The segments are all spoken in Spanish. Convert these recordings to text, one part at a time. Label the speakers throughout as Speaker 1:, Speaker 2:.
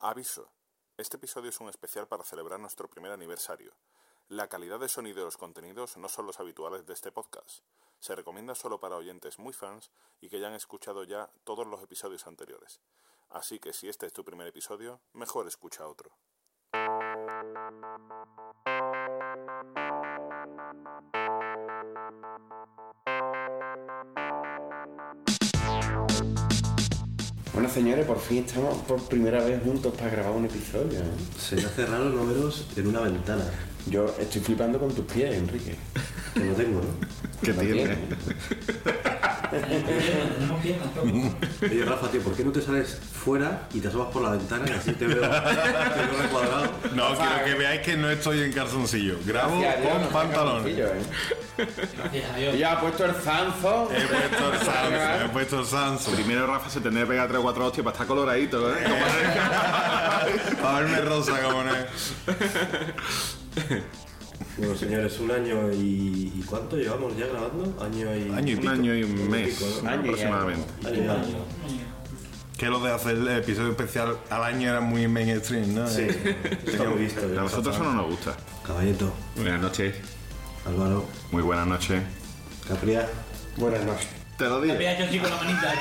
Speaker 1: Aviso. Este episodio es un especial para celebrar nuestro primer aniversario. La calidad de sonido de los contenidos no son los habituales de este podcast. Se recomienda solo para oyentes muy fans y que ya han escuchado ya todos los episodios anteriores. Así que si este es tu primer episodio, mejor escucha otro.
Speaker 2: Bueno, señores, por fin estamos por primera vez juntos para grabar un episodio. ¿eh?
Speaker 3: Se me hace raro no veros en una ventana,
Speaker 2: Yo estoy flipando con tus pies, Enrique.
Speaker 3: que no tengo, ¿no?
Speaker 2: ¿Qué tiene?
Speaker 3: Oye, Rafa, tío, ¿por qué no te sales fuera y te asomas por la ventana y así te veo, te veo recuadrado?
Speaker 4: No, quiero que veáis que no estoy en calzoncillo. Grabo
Speaker 2: Ya, ya,
Speaker 4: con
Speaker 2: no,
Speaker 4: pantalón.
Speaker 2: calzoncillo,
Speaker 4: He
Speaker 2: ¿eh?
Speaker 5: Gracias a Dios.
Speaker 2: Ya ha puesto el zanzo.
Speaker 4: puesto el Samsung, he puesto el Samsung.
Speaker 6: Primero Rafa se tendría que pegar 3 o 4 hostias para estar coloradito, ¿eh? Como-
Speaker 4: A verme rosa como no es.
Speaker 3: Bueno, señores, un año y... ¿y ¿Cuánto llevamos ya grabando? Año y...
Speaker 4: Año y
Speaker 6: un
Speaker 4: pico.
Speaker 6: año y un mes
Speaker 3: pico, ¿no?
Speaker 2: Año y
Speaker 6: aproximadamente.
Speaker 3: Año y año.
Speaker 4: Que lo de hacer el episodio especial al año era muy mainstream, ¿no?
Speaker 3: Sí, está muy visto.
Speaker 6: A
Speaker 3: ya.
Speaker 6: nosotros eso no nos gusta.
Speaker 3: Caballito,
Speaker 6: Buenas noches.
Speaker 3: Álvaro,
Speaker 6: Muy buenas noches.
Speaker 3: Capria,
Speaker 2: Buenas noches.
Speaker 6: Te lo digo.
Speaker 5: Vea yo así con la manita.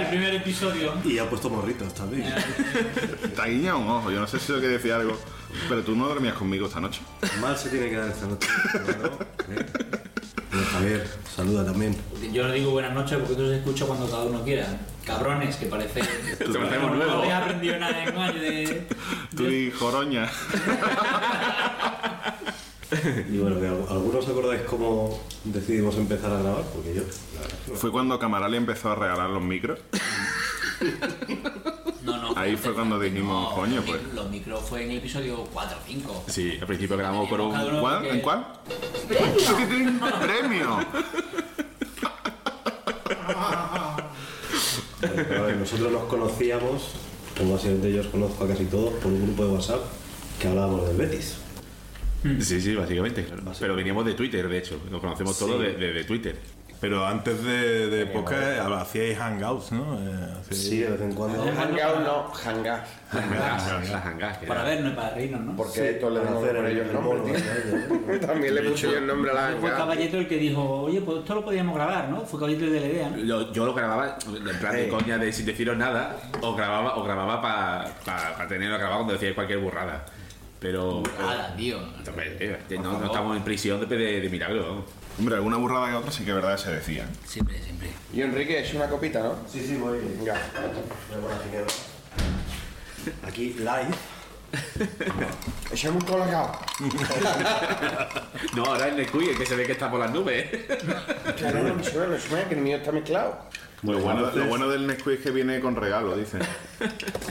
Speaker 5: el primer episodio.
Speaker 3: y ha puesto morritos también.
Speaker 6: Te ha guiñado un ojo. Yo no sé si lo que decía algo. Pero tú no dormías conmigo esta noche.
Speaker 3: Mal se tiene que dar esta noche. Álvaro, ¿eh? Bueno, Javier, saluda también.
Speaker 5: Yo le digo buenas noches porque tú se escucha cuando cada uno quiera. Cabrones, que parece.
Speaker 6: parecemos
Speaker 5: no,
Speaker 6: nuevos.
Speaker 5: habéis aprendido nada en un año de.
Speaker 6: Tú y Joroña.
Speaker 3: Y bueno, que al- algunos acordáis cómo decidimos empezar a grabar, porque yo... la verdad, no.
Speaker 6: Fue cuando Camarali empezó a regalar los micros.
Speaker 5: No, no.
Speaker 6: Ahí fue cuando dijimos, coño, pues.
Speaker 5: Los micros fue en el episodio 4 o 5.
Speaker 6: Sí, al principio grabamos por un.
Speaker 5: Cada uno
Speaker 6: ¿Cuál?
Speaker 5: que-
Speaker 6: ¿En cuál? ¡Premio! ¡Premio!
Speaker 3: Pero, a ver, nosotros nos conocíamos, como básicamente yo os conozco a casi todos, por un grupo de WhatsApp que hablábamos del Betis.
Speaker 7: Sí, sí, básicamente, claro. Pero veníamos de Twitter, de hecho. Nos conocemos todos de, de- de Twitter.
Speaker 4: Pero antes de, de podcast hacíais hangouts, ¿no? Eh, hacíais-
Speaker 3: Sí, de vez en cuando.
Speaker 2: Hangout no, hangar.
Speaker 7: Las hangas, que
Speaker 5: Para
Speaker 7: era.
Speaker 5: vernos y para reírnos, ¿no?
Speaker 2: Porque esto le
Speaker 3: para
Speaker 2: damos
Speaker 3: hacer
Speaker 2: por
Speaker 3: el-
Speaker 2: ellos
Speaker 3: el
Speaker 2: nombre,
Speaker 3: bono, ¿no?
Speaker 2: tío. También le puse yo el nombre a la
Speaker 5: Fue
Speaker 2: hangar.
Speaker 5: Caballeto el que dijo, oye, pues esto lo podíamos grabar, ¿no? Fue Caballeto el de la idea, ¿no?
Speaker 7: Yo, yo lo grababa en plan de coña de sin deciros nada, o grababa o grababa para tenerlo grabado cuando decíais cualquier burrada. Pero.
Speaker 5: Nada, tío.
Speaker 7: Hombre, eh, no, no estamos en prisión de, de, de milagro. vamos.
Speaker 6: Hombre, alguna burrada que otra sí que es verdad que se decían.
Speaker 5: Siempre, siempre.
Speaker 2: Y Enrique, es una copita, ¿no?
Speaker 3: Sí, sí, voy.
Speaker 2: Ya.
Speaker 3: voy por la ginebra. Aquí live.
Speaker 2: Ese es muy colgado.
Speaker 7: No, ahora en el cuy, que se ve que está por las nubes.
Speaker 2: Claro, no me suena, me suena que el mío está mezclado.
Speaker 6: Lo bueno, lo bueno del Nesquik es que viene con regalo, dicen.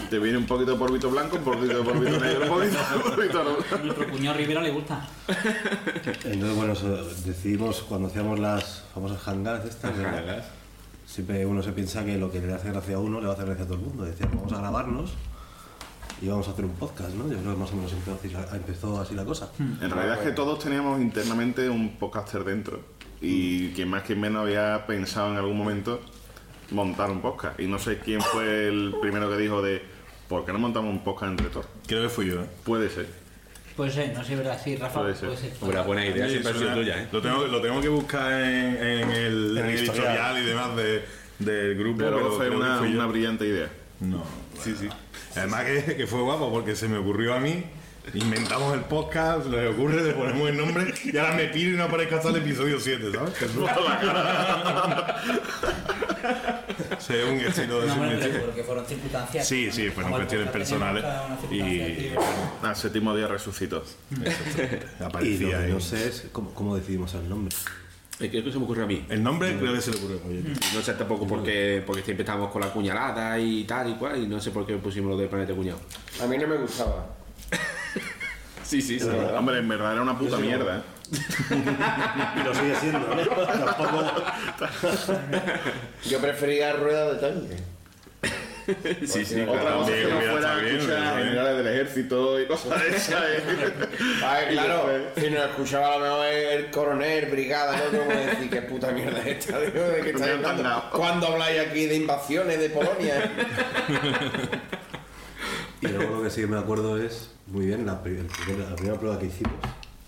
Speaker 6: Te viene un poquito de polvito blanco, un poquito de polvito negro, un poquito de polvito
Speaker 5: A nuestro cuñado Rivera le gusta.
Speaker 3: Entonces, bueno, eso, decidimos cuando hacíamos las famosas hangouts estas, ¿no? siempre uno se piensa que lo que le hace gracia a uno le va a hacer gracia a todo el mundo. Decíamos, vamos a grabarnos y vamos a hacer un podcast, ¿no? Yo creo que más o menos empezó así la, empezó así la cosa.
Speaker 6: En realidad es que todos teníamos internamente un podcaster dentro. Y quien más quien menos había pensado en algún momento montar un podcast. Y no sé quién fue el primero que dijo de ¿por qué no montamos un podcast entre todos?
Speaker 4: Creo que fui yo, ¿eh?
Speaker 6: Puede ser.
Speaker 5: Puede ser, no sé, ¿verdad? Sí, Rafa,
Speaker 6: Puede ser.
Speaker 7: Una buena idea, siempre ha
Speaker 4: Sí,
Speaker 7: sido
Speaker 4: suena-
Speaker 7: tuya, ¿eh?
Speaker 4: Lo tengo, lo tengo que buscar en, en el,
Speaker 3: En
Speaker 4: en
Speaker 3: el
Speaker 4: el
Speaker 3: historial.
Speaker 4: historial y demás de- del grupo.
Speaker 6: Pero, fue
Speaker 4: creo que
Speaker 6: una,
Speaker 4: fui yo.
Speaker 6: una brillante idea.
Speaker 4: No, sí, sí. Además que, que fue guapo porque se me ocurrió a mí. Inventamos el podcast, le ocurre, le ponemos el nombre y ahora me pido y no aparezco hasta el episodio 7, ¿sabes? Que es Sí, un estilo de
Speaker 5: No me lo
Speaker 4: ese-
Speaker 5: recuerdo, que fueron circunstancias.
Speaker 4: Sí, sí, fueron cuestiones personales y
Speaker 6: Al Ah, séptimo día resucitó.
Speaker 3: Y lo
Speaker 4: aparecía
Speaker 3: que
Speaker 4: ahí.
Speaker 3: no sé es cómo, cómo decidimos el nombre.
Speaker 7: Es que eso se me ocurre a mí.
Speaker 4: El nombre creo que se le ocurrió. Oye, tío.
Speaker 7: No sé tampoco por qué, porque siempre estábamos con la cuñalada y tal y cual, y no sé por qué pusimos lo de Planeta Cuñado.
Speaker 2: A mí no me gustaba.
Speaker 7: Sí, sí, sí.
Speaker 6: Hombre, en verdad era una puta mierda. ¿eh?
Speaker 3: Y lo sigue siendo, ¿no? Tampoco.
Speaker 2: Yo prefería rueda de tanque.
Speaker 7: Sí, sí,
Speaker 6: Otra
Speaker 4: claro,
Speaker 6: cosa
Speaker 4: bien,
Speaker 6: que no
Speaker 4: mira,
Speaker 6: fuera
Speaker 4: está bien,
Speaker 6: escuchar
Speaker 4: está bien.
Speaker 6: generales del ejército y cosas de esas. ¿eh?
Speaker 2: A ver,
Speaker 6: Y
Speaker 2: claro,
Speaker 6: después-
Speaker 2: si nos escuchaba a lo mejor el coronel, brigada, ¿no? Como decir, qué puta mierda es esta, digo, ¿de qué
Speaker 6: Me
Speaker 2: estáis
Speaker 6: han
Speaker 2: hablando?
Speaker 6: tangado.
Speaker 2: ¿Cuándo habláis aquí de invasiones de Polonia?
Speaker 3: Y luego lo que sí que me acuerdo es, muy bien, la, pri- el primer- la primera prueba que hicimos,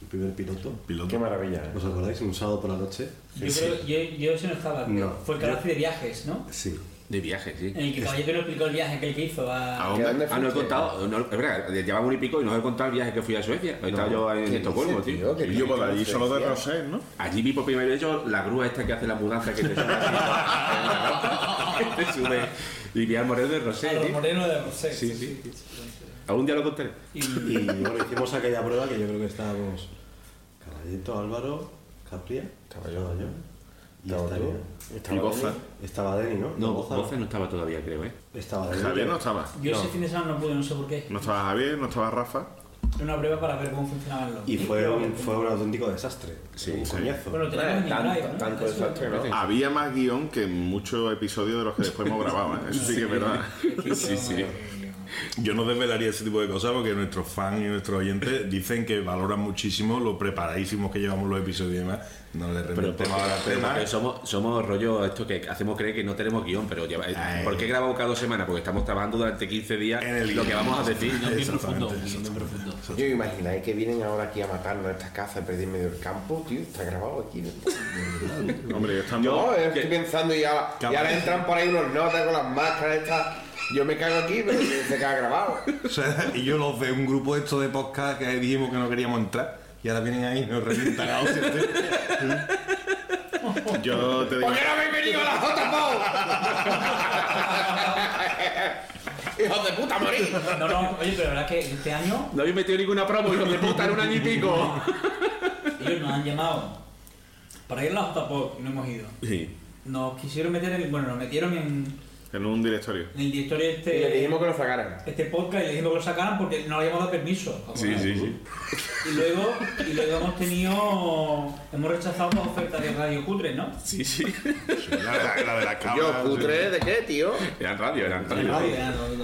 Speaker 3: el primer piloto.
Speaker 2: Qué maravilla. ¿eh?
Speaker 3: ¿Os acordáis? Un sábado por la noche.
Speaker 5: Yo, creo, yo, yo sí no estaba.
Speaker 3: No.
Speaker 5: Fue el calafi de viajes, ¿no?
Speaker 3: Sí.
Speaker 7: De viaje, sí.
Speaker 5: En el que Caballero nos explicó el viaje que él que hizo a...
Speaker 6: ¿A
Speaker 2: ¿Qué
Speaker 6: dónde?
Speaker 2: dónde
Speaker 7: Ah, no he
Speaker 2: fuiste?
Speaker 7: contado, no, es verdad, llevamos un y pico y no os he contado el viaje que fui a Suecia. He estado yo en
Speaker 2: ¿Qué
Speaker 7: Estocolmo,
Speaker 2: dices,
Speaker 7: tío.
Speaker 2: tío?
Speaker 6: Y yo por allí solo de Rosé, ¿no?
Speaker 7: Allí vi por primera vez yo la grúa esta que hace la mudanza que te sube. así, que te sube. Y vi al Moreno de Rosé,
Speaker 5: a los
Speaker 7: tío.
Speaker 5: morenos de Rosé.
Speaker 7: Sí, sí. Algún día lo contaré.
Speaker 5: Y-
Speaker 3: Y bueno, hicimos aquella prueba que yo creo que estábamos Caballito, Álvaro, Capria, Caballo, yo. Y
Speaker 2: Estaba
Speaker 3: estaba,
Speaker 2: yo. Estaba
Speaker 6: Y Goza.
Speaker 2: yo.
Speaker 3: estaba Deni, ¿no?
Speaker 7: No,
Speaker 3: Goza.
Speaker 7: Voces no estaba todavía, creo, ¿eh?
Speaker 3: Estaba Deni.
Speaker 6: Javier no estaba.
Speaker 5: Yo ese fin de semana no pude, no sé por qué.
Speaker 6: No estaba Javier, no estaba Rafa.
Speaker 5: Era una prueba para ver cómo funcionaban los...
Speaker 3: Y fue un, fue un auténtico desastre.
Speaker 7: Sí,
Speaker 3: un
Speaker 7: sí.
Speaker 3: coñazo.
Speaker 5: Bueno, teníamos en
Speaker 7: Tanto-
Speaker 5: Ignite, ¿no?
Speaker 2: Tanto
Speaker 5: Eso-
Speaker 2: desastre, ¿no?
Speaker 6: Había más guión que muchos episodios de los que después hemos grabado. ¿eh? Eso sí que es verdad.
Speaker 7: Sí, sí.
Speaker 4: Yo no desvelaría ese tipo de cosas porque nuestros fans y nuestros oyentes dicen que valoran muchísimo lo preparadísimos que llevamos los episodios y demás. No les
Speaker 7: Pero
Speaker 4: remitimos
Speaker 7: porque,
Speaker 4: ahora al
Speaker 7: pero
Speaker 4: tema.
Speaker 7: porque somos, somos rollo esto que hacemos creer que no tenemos guión, pero lleva, eh,
Speaker 4: Ay.
Speaker 7: ¿por qué grabamos cada dos semanas? Porque estamos trabajando durante 15 días
Speaker 4: En el
Speaker 7: lo que
Speaker 4: guión.
Speaker 7: vamos a decir.
Speaker 5: No, bien
Speaker 4: Exactamente,
Speaker 5: profundo, bien profundo.
Speaker 2: Yo me imagináis que vienen ahora aquí a matarnos a estas casas, perdí en medio del campo, tío, está grabado aquí. ¿no?
Speaker 6: Hombre, estamos.
Speaker 2: No, eh,
Speaker 7: que-
Speaker 2: estoy pensando y ahora, y ahora entran por ahí unos notas con las máscaras estas. Yo me cago aquí, pero se queda grabado.
Speaker 4: O sea, y yo los de un grupo esto de podcast que dijimos que no queríamos entrar y ahora vienen ahí y nos revientan a hostias, tío.
Speaker 6: Yo te digo.
Speaker 2: ¿Por qué no habéis venido a la JPO? ¡Hijos de puta, morí!
Speaker 5: No, no, oye, pero la verdad es que este año
Speaker 7: No habéis metido ninguna promo, hijos de puta, en un año y pico.
Speaker 5: ellos nos han llamado para ir a la JPOC y no hemos ido.
Speaker 7: Sí.
Speaker 5: Nos quisieron meter en... Bueno, nos metieron en,
Speaker 6: En un directorio.
Speaker 5: en el directorio
Speaker 2: Y
Speaker 5: este...
Speaker 2: le dijimos que lo sacaran.
Speaker 5: este podcast y le dijimos que lo sacaran porque no le habíamos dado permiso.
Speaker 7: Sí, sí, sí.
Speaker 5: Y luego, y luego hemos tenido. Hemos rechazado dos ofertas de Radio Cutre, ¿no?
Speaker 7: Sí, sí.
Speaker 4: La de la, la de la cámara,
Speaker 2: Yo, cutre, ¿de qué, tío?
Speaker 7: Eran radio, eran radio.
Speaker 5: No, no,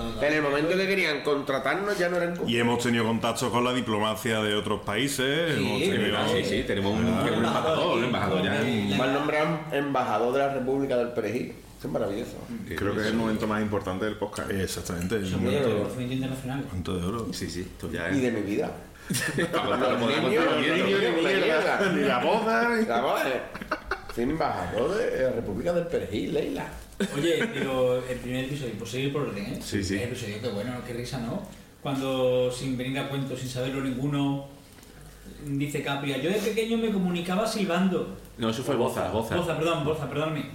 Speaker 5: no, no.
Speaker 2: En el momento que querían contratarnos ya no eran
Speaker 4: sí. Y hemos tenido contactos con la diplomacia de otros países.
Speaker 5: Sí,
Speaker 4: hemos tenido-
Speaker 7: Ah, sí, sí, tenemos un, un embajador, un embajador ya.
Speaker 5: Sí.
Speaker 2: Mal nombrado embajador de la República del Perejil. Eso es maravilloso.
Speaker 6: Creo que es el momento más importante del podcast.
Speaker 4: Eh, Exactamente.
Speaker 5: Son
Speaker 4: Un
Speaker 5: medios de reconocimiento internacional.
Speaker 4: cuento de oro.
Speaker 7: Sí, sí, esto ya
Speaker 2: Y
Speaker 7: es.
Speaker 2: de mi vida.
Speaker 7: Vamos, no lo podemos
Speaker 2: Niño,
Speaker 7: contar bien.
Speaker 2: niño de mierda.
Speaker 6: Ni la boda, ni-
Speaker 2: La madre. Soy embajador de la República del Perejil, Leila.
Speaker 5: Oye, pero el primer episodio, por seguir por orden, ¿eh?
Speaker 7: Sí, sí.
Speaker 5: El episodio, qué bueno, qué risa, ¿no? Cuando, sin venir a cuento, sin saberlo ninguno, dice Capria, yo de pequeño me comunicaba silbando.
Speaker 7: No, eso fue Boza, Boza.
Speaker 5: Boza, perdón, Boza, perdóname.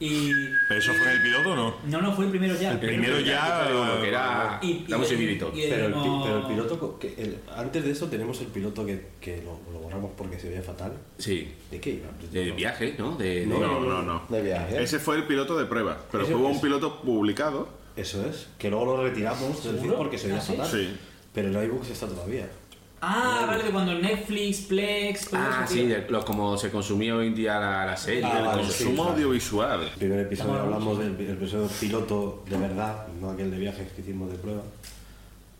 Speaker 5: Y.
Speaker 4: ¿Pero eso fue en el piloto o no?
Speaker 5: No, no, fue el primero ya. El
Speaker 4: Primero ya.
Speaker 7: Bueno, que era.
Speaker 5: Y- y-
Speaker 7: Damos un vinito.
Speaker 5: y-
Speaker 3: Pero el, pi-
Speaker 5: no.
Speaker 3: pero el piloto, co- que el- antes de eso tenemos el piloto que, que lo, lo borramos porque se veía fatal.
Speaker 7: Sí.
Speaker 3: ¿De qué iba? Yo
Speaker 7: De
Speaker 3: no-
Speaker 7: viaje, ¿no? De,
Speaker 6: No,
Speaker 7: de-
Speaker 6: no, no.
Speaker 2: De viaje.
Speaker 6: Ese fue el piloto de prueba, pero
Speaker 3: Ese-
Speaker 6: hubo un
Speaker 3: ese.
Speaker 6: piloto publicado.
Speaker 3: Eso es, que luego lo retiramos del feed
Speaker 5: ¿Seguro?
Speaker 3: porque se veía
Speaker 5: ¿Ah, sí?
Speaker 3: fatal.
Speaker 6: Sí.
Speaker 3: Pero el iBooks está todavía.
Speaker 5: Ah, vale, de cuando Netflix, Plex, todo
Speaker 7: Ah,
Speaker 5: eso.
Speaker 7: sí,
Speaker 5: tío.
Speaker 7: de los, como se consumió hoy en día la, la serie.
Speaker 3: Ah,
Speaker 7: el
Speaker 3: vale,
Speaker 7: consumo.
Speaker 6: Sumo
Speaker 3: sí, claro.
Speaker 6: audiovisual.
Speaker 3: El primer episodio
Speaker 5: Estamos
Speaker 3: hablamos del el episodio piloto de verdad, no aquel de viajes que hicimos de prueba.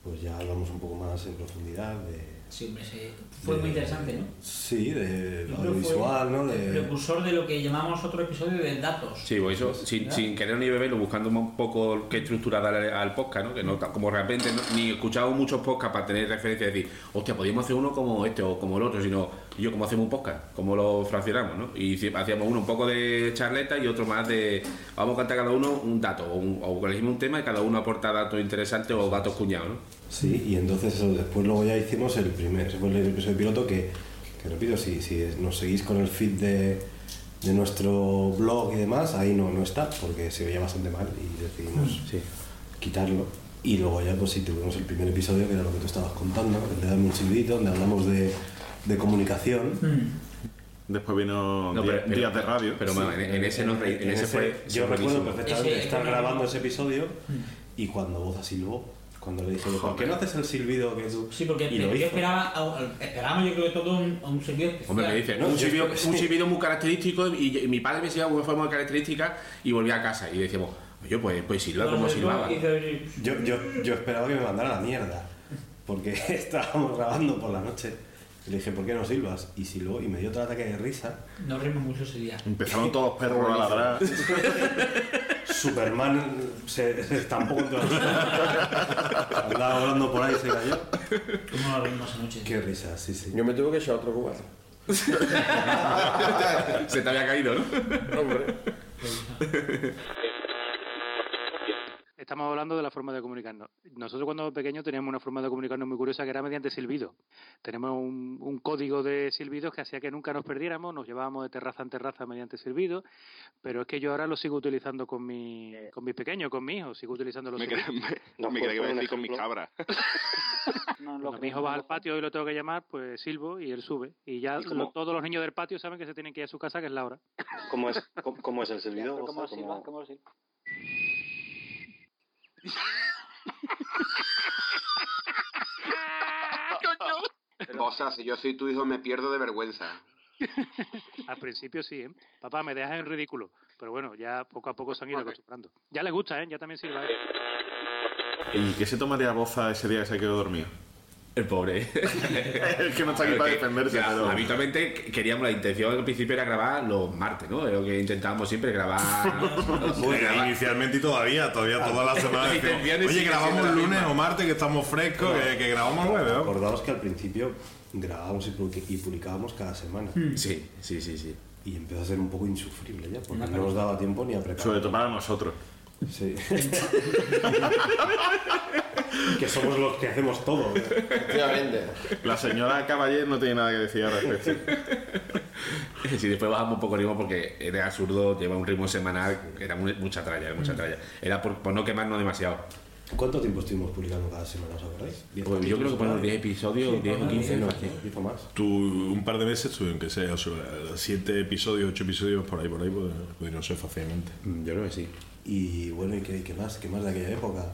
Speaker 3: Pues ya hablamos un poco más en profundidad de.
Speaker 5: Sí, hombre, sí. Fue muy
Speaker 3: de-
Speaker 5: interesante, ¿no?
Speaker 3: Sí, de
Speaker 5: Yo
Speaker 3: lo
Speaker 5: creo que fue
Speaker 3: audiovisual, ¿no?
Speaker 5: El
Speaker 3: De...
Speaker 5: precursor de lo que llamamos otro episodio de datos.
Speaker 7: Sí, pues eso, sin, sin querer ni beberlo, buscando un poco qué estructura darle al podcast, ¿no? Que no, ta- como realmente no- ni he escuchado muchos podcasts para tener referencia y decir, hostia, podríamos hacer uno como este o como el otro, sino yo como hacemos un podcast, como lo fraccionamos, ¿no? Y si- hacíamos uno un poco de charleta y otro más de, vamos a contar cada uno un dato, o, un- o elegimos un tema y cada uno aporta datos interesantes o datos cuñados, ¿no?
Speaker 3: Sí, y entonces eso, después luego ya hicimos el primer, ese fue el episodio piloto que, que repito, si, si nos seguís con el feed de, de nuestro blog y demás, ahí no, no está, porque se veía bastante mal y
Speaker 5: Mm,
Speaker 3: decidimos quitarlo. Y luego ya pues sí tuvimos el primer episodio, que era lo que tú estabas contando, el de Dame un silbito, donde hablamos de, de comunicación.
Speaker 5: Mm.
Speaker 6: Después vino
Speaker 7: No,
Speaker 6: día-
Speaker 7: pero- pero-
Speaker 6: días de radio.
Speaker 7: Pero bueno, en, en ese nos reí- en, ese fue.
Speaker 3: yo recuerdo perfectamente
Speaker 5: Ese-
Speaker 3: estar
Speaker 5: ese-
Speaker 3: grabando ese episodio
Speaker 5: Mm.
Speaker 3: y cuando Boza silbó, cuando le dije, ¿por qué no haces el silbido que tú?
Speaker 5: Sí, porque
Speaker 3: y lo
Speaker 5: yo
Speaker 3: hizo.
Speaker 5: esperaba, a- a- esperábamos yo creo que todo un, a un servidor especial.
Speaker 7: Hombre, me dice,
Speaker 3: No,
Speaker 7: un
Speaker 3: yo
Speaker 7: silbido
Speaker 3: estoy-
Speaker 7: un silbido muy característico y, y mi padre me enseñaba una forma muy característica y volvía a casa y decíamos, oye, pues, pues silba como silbaba.
Speaker 5: Y dice,
Speaker 3: Yo, yo, yo esperaba que me mandara a la mierda, porque estábamos grabando por la noche Y le dije, ¿por qué no silbas? Y silbó y me dio otro ataque de risa.
Speaker 5: No reímos mucho ese día.
Speaker 6: Empezaron todos los perros a ladrar.
Speaker 3: Superman se, se estampó contra la Andaba volando por ahí y se cayó.
Speaker 5: ¿Cómo no reímos esa noche?
Speaker 3: Qué risa, sí, sí.
Speaker 2: Yo me tuve que echar otro cubata.
Speaker 7: Se te había caído, ¿no?
Speaker 2: Hombre.
Speaker 8: Estamos hablando de la forma de comunicarnos. Nosotros cuando pequeños teníamos una forma de comunicarnos muy curiosa que era mediante silbidos. Tenemos un, un código de silbidos que hacía que nunca nos perdiéramos, nos llevábamos de terraza en terraza mediante silbidos, pero es que yo ahora lo sigo utilizando con mi, con mis pequeños, con mi hijo, sigo utilizando los
Speaker 9: Me
Speaker 8: silbidos.
Speaker 9: creía me,
Speaker 2: Nos
Speaker 9: me creía que iba a
Speaker 2: puso un
Speaker 9: decir con mis
Speaker 2: ejemplo.
Speaker 9: cabras.
Speaker 10: No,
Speaker 8: Cuando mi hijo va al patio y lo tengo que llamar, pues silbo y él sube. Y ya
Speaker 9: ¿Y cómo?
Speaker 8: lo- todos los niños del patio saben que se tienen que ir a su casa, que es la hora.
Speaker 11: ¿Cómo es, cómo, cómo es el servidor?
Speaker 10: ¿Cómo,
Speaker 11: O sea, como-
Speaker 10: ¿Cómo silba? ¿Cómo silba?
Speaker 12: Cosa, si yo soy tu hijo me pierdo de vergüenza.
Speaker 8: Al principio sí, ¿eh? Papá, me dejas en ridículo. Pero bueno, ya poco a poco se han ido acostumbrando. Ya les gusta, ¿eh? Ya también sirva. ¿eh?
Speaker 6: ¿Y qué se tomaría Boza ese día que se quedó dormido?
Speaker 7: El pobre.
Speaker 6: Es que no está aquí para
Speaker 7: Que-
Speaker 6: defenderse,
Speaker 7: ya,
Speaker 6: pero.
Speaker 7: Habitualmente queríamos, la intención al principio era grabar los martes, ¿no? Es lo que intentábamos siempre, grabar.
Speaker 4: Bueno,
Speaker 7: grabar-
Speaker 4: inicialmente y todavía,
Speaker 7: Ah.
Speaker 4: todavía toda la semana.
Speaker 7: La
Speaker 4: decimos,
Speaker 7: intención es
Speaker 4: Oye,
Speaker 7: sigue
Speaker 4: grabamos
Speaker 7: siendo la
Speaker 4: lunes
Speaker 7: misma".
Speaker 4: o martes que estamos frescos, que, que grabamos jueves. ¿no?
Speaker 3: Acordaos que al principio grabábamos y public- y publicábamos cada semana.
Speaker 6: Hmm.
Speaker 7: Sí, sí, sí, sí.
Speaker 3: Y empezó a ser un poco insufrible ya, porque no nos daba tiempo ni a
Speaker 6: Sobre
Speaker 3: preparar.
Speaker 6: todo para nosotros.
Speaker 3: Sí. que somos los que hacemos todo. ¿eh?
Speaker 2: Efectivamente.
Speaker 6: La señora Caballé no tiene nada que decir al respecto.
Speaker 7: Sí, después bajamos un poco el ritmo porque era absurdo, lleva un ritmo semanal, era mu- mucha tralla, era mucha tralla. Era por, por no quemarnos demasiado.
Speaker 3: ¿Cuánto tiempo estuvimos publicando cada semana, os acordáis? ¿Diez
Speaker 7: Pues yo creo
Speaker 3: capítulos,
Speaker 7: que ponemos
Speaker 3: ¿vale?
Speaker 7: 10 episodios, 10 o 15,
Speaker 3: No,
Speaker 7: no sé.
Speaker 3: diez o más.
Speaker 4: Tú un par de veces tuvieron que ser, o sea, siete episodios, ocho episodios por ahí, por ahí, pues, pudieron ser fácilmente.
Speaker 7: Mm, Yo creo que sí.
Speaker 3: Y bueno, ¿y qué, qué más? ¿Qué más de aquella época?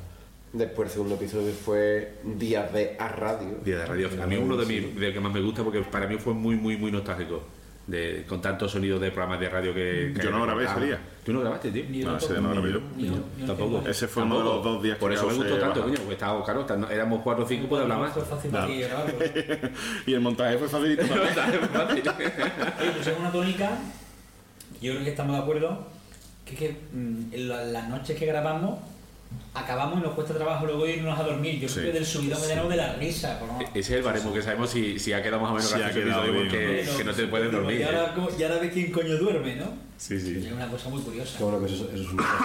Speaker 2: Después el segundo episodio fue Días de A Radio.
Speaker 7: Día de radio. A mí uno de, mis, de los que más me gusta porque para mí fue muy, muy, muy nostálgico. De, con tantos sonidos de programas de radio que. que
Speaker 6: Yo no grabé ese
Speaker 7: recordaba.
Speaker 6: día.
Speaker 7: ¿Tú no grabaste, tío? Ah,
Speaker 5: Ni
Speaker 6: No,
Speaker 5: otro-
Speaker 6: ese día no grabé yo.
Speaker 5: ni- ni- ni-
Speaker 7: Tampoco.
Speaker 5: ni-
Speaker 6: Ese fue uno de los dos días que
Speaker 7: Por eso me
Speaker 6: Gauss,
Speaker 7: gustó
Speaker 6: eh,
Speaker 7: tanto,
Speaker 6: bajó.
Speaker 7: coño, porque estaba caro. tan- Éramos 4 o 5 y puedo hablar más.
Speaker 5: Fue fácil para ti grabarlo. Oye,
Speaker 6: Y el montaje fue facilito. también.
Speaker 5: pues es una tónica, que yo creo que estamos de acuerdo, que es que mm, en la- las noches que grabamos, acabamos y nos cuesta trabajo luego irnos a dormir. Yo siempre del subidón me lleno de la risa. por favor.
Speaker 7: Ese es el baremo que sabemos si, si ha quedado más o menos
Speaker 4: Si ha
Speaker 7: gracioso el
Speaker 4: quedado
Speaker 7: episodio,
Speaker 4: bien,
Speaker 7: porque
Speaker 5: Pero-
Speaker 7: que no te puedes
Speaker 5: pero
Speaker 7: dormir.
Speaker 5: Y
Speaker 7: ¿eh?
Speaker 5: ahora, co- y ahora ves quién coño duerme, ¿no?
Speaker 7: Sí, sí.
Speaker 5: Es una cosa muy curiosa.
Speaker 3: Qué bueno que eso, eso es una cosa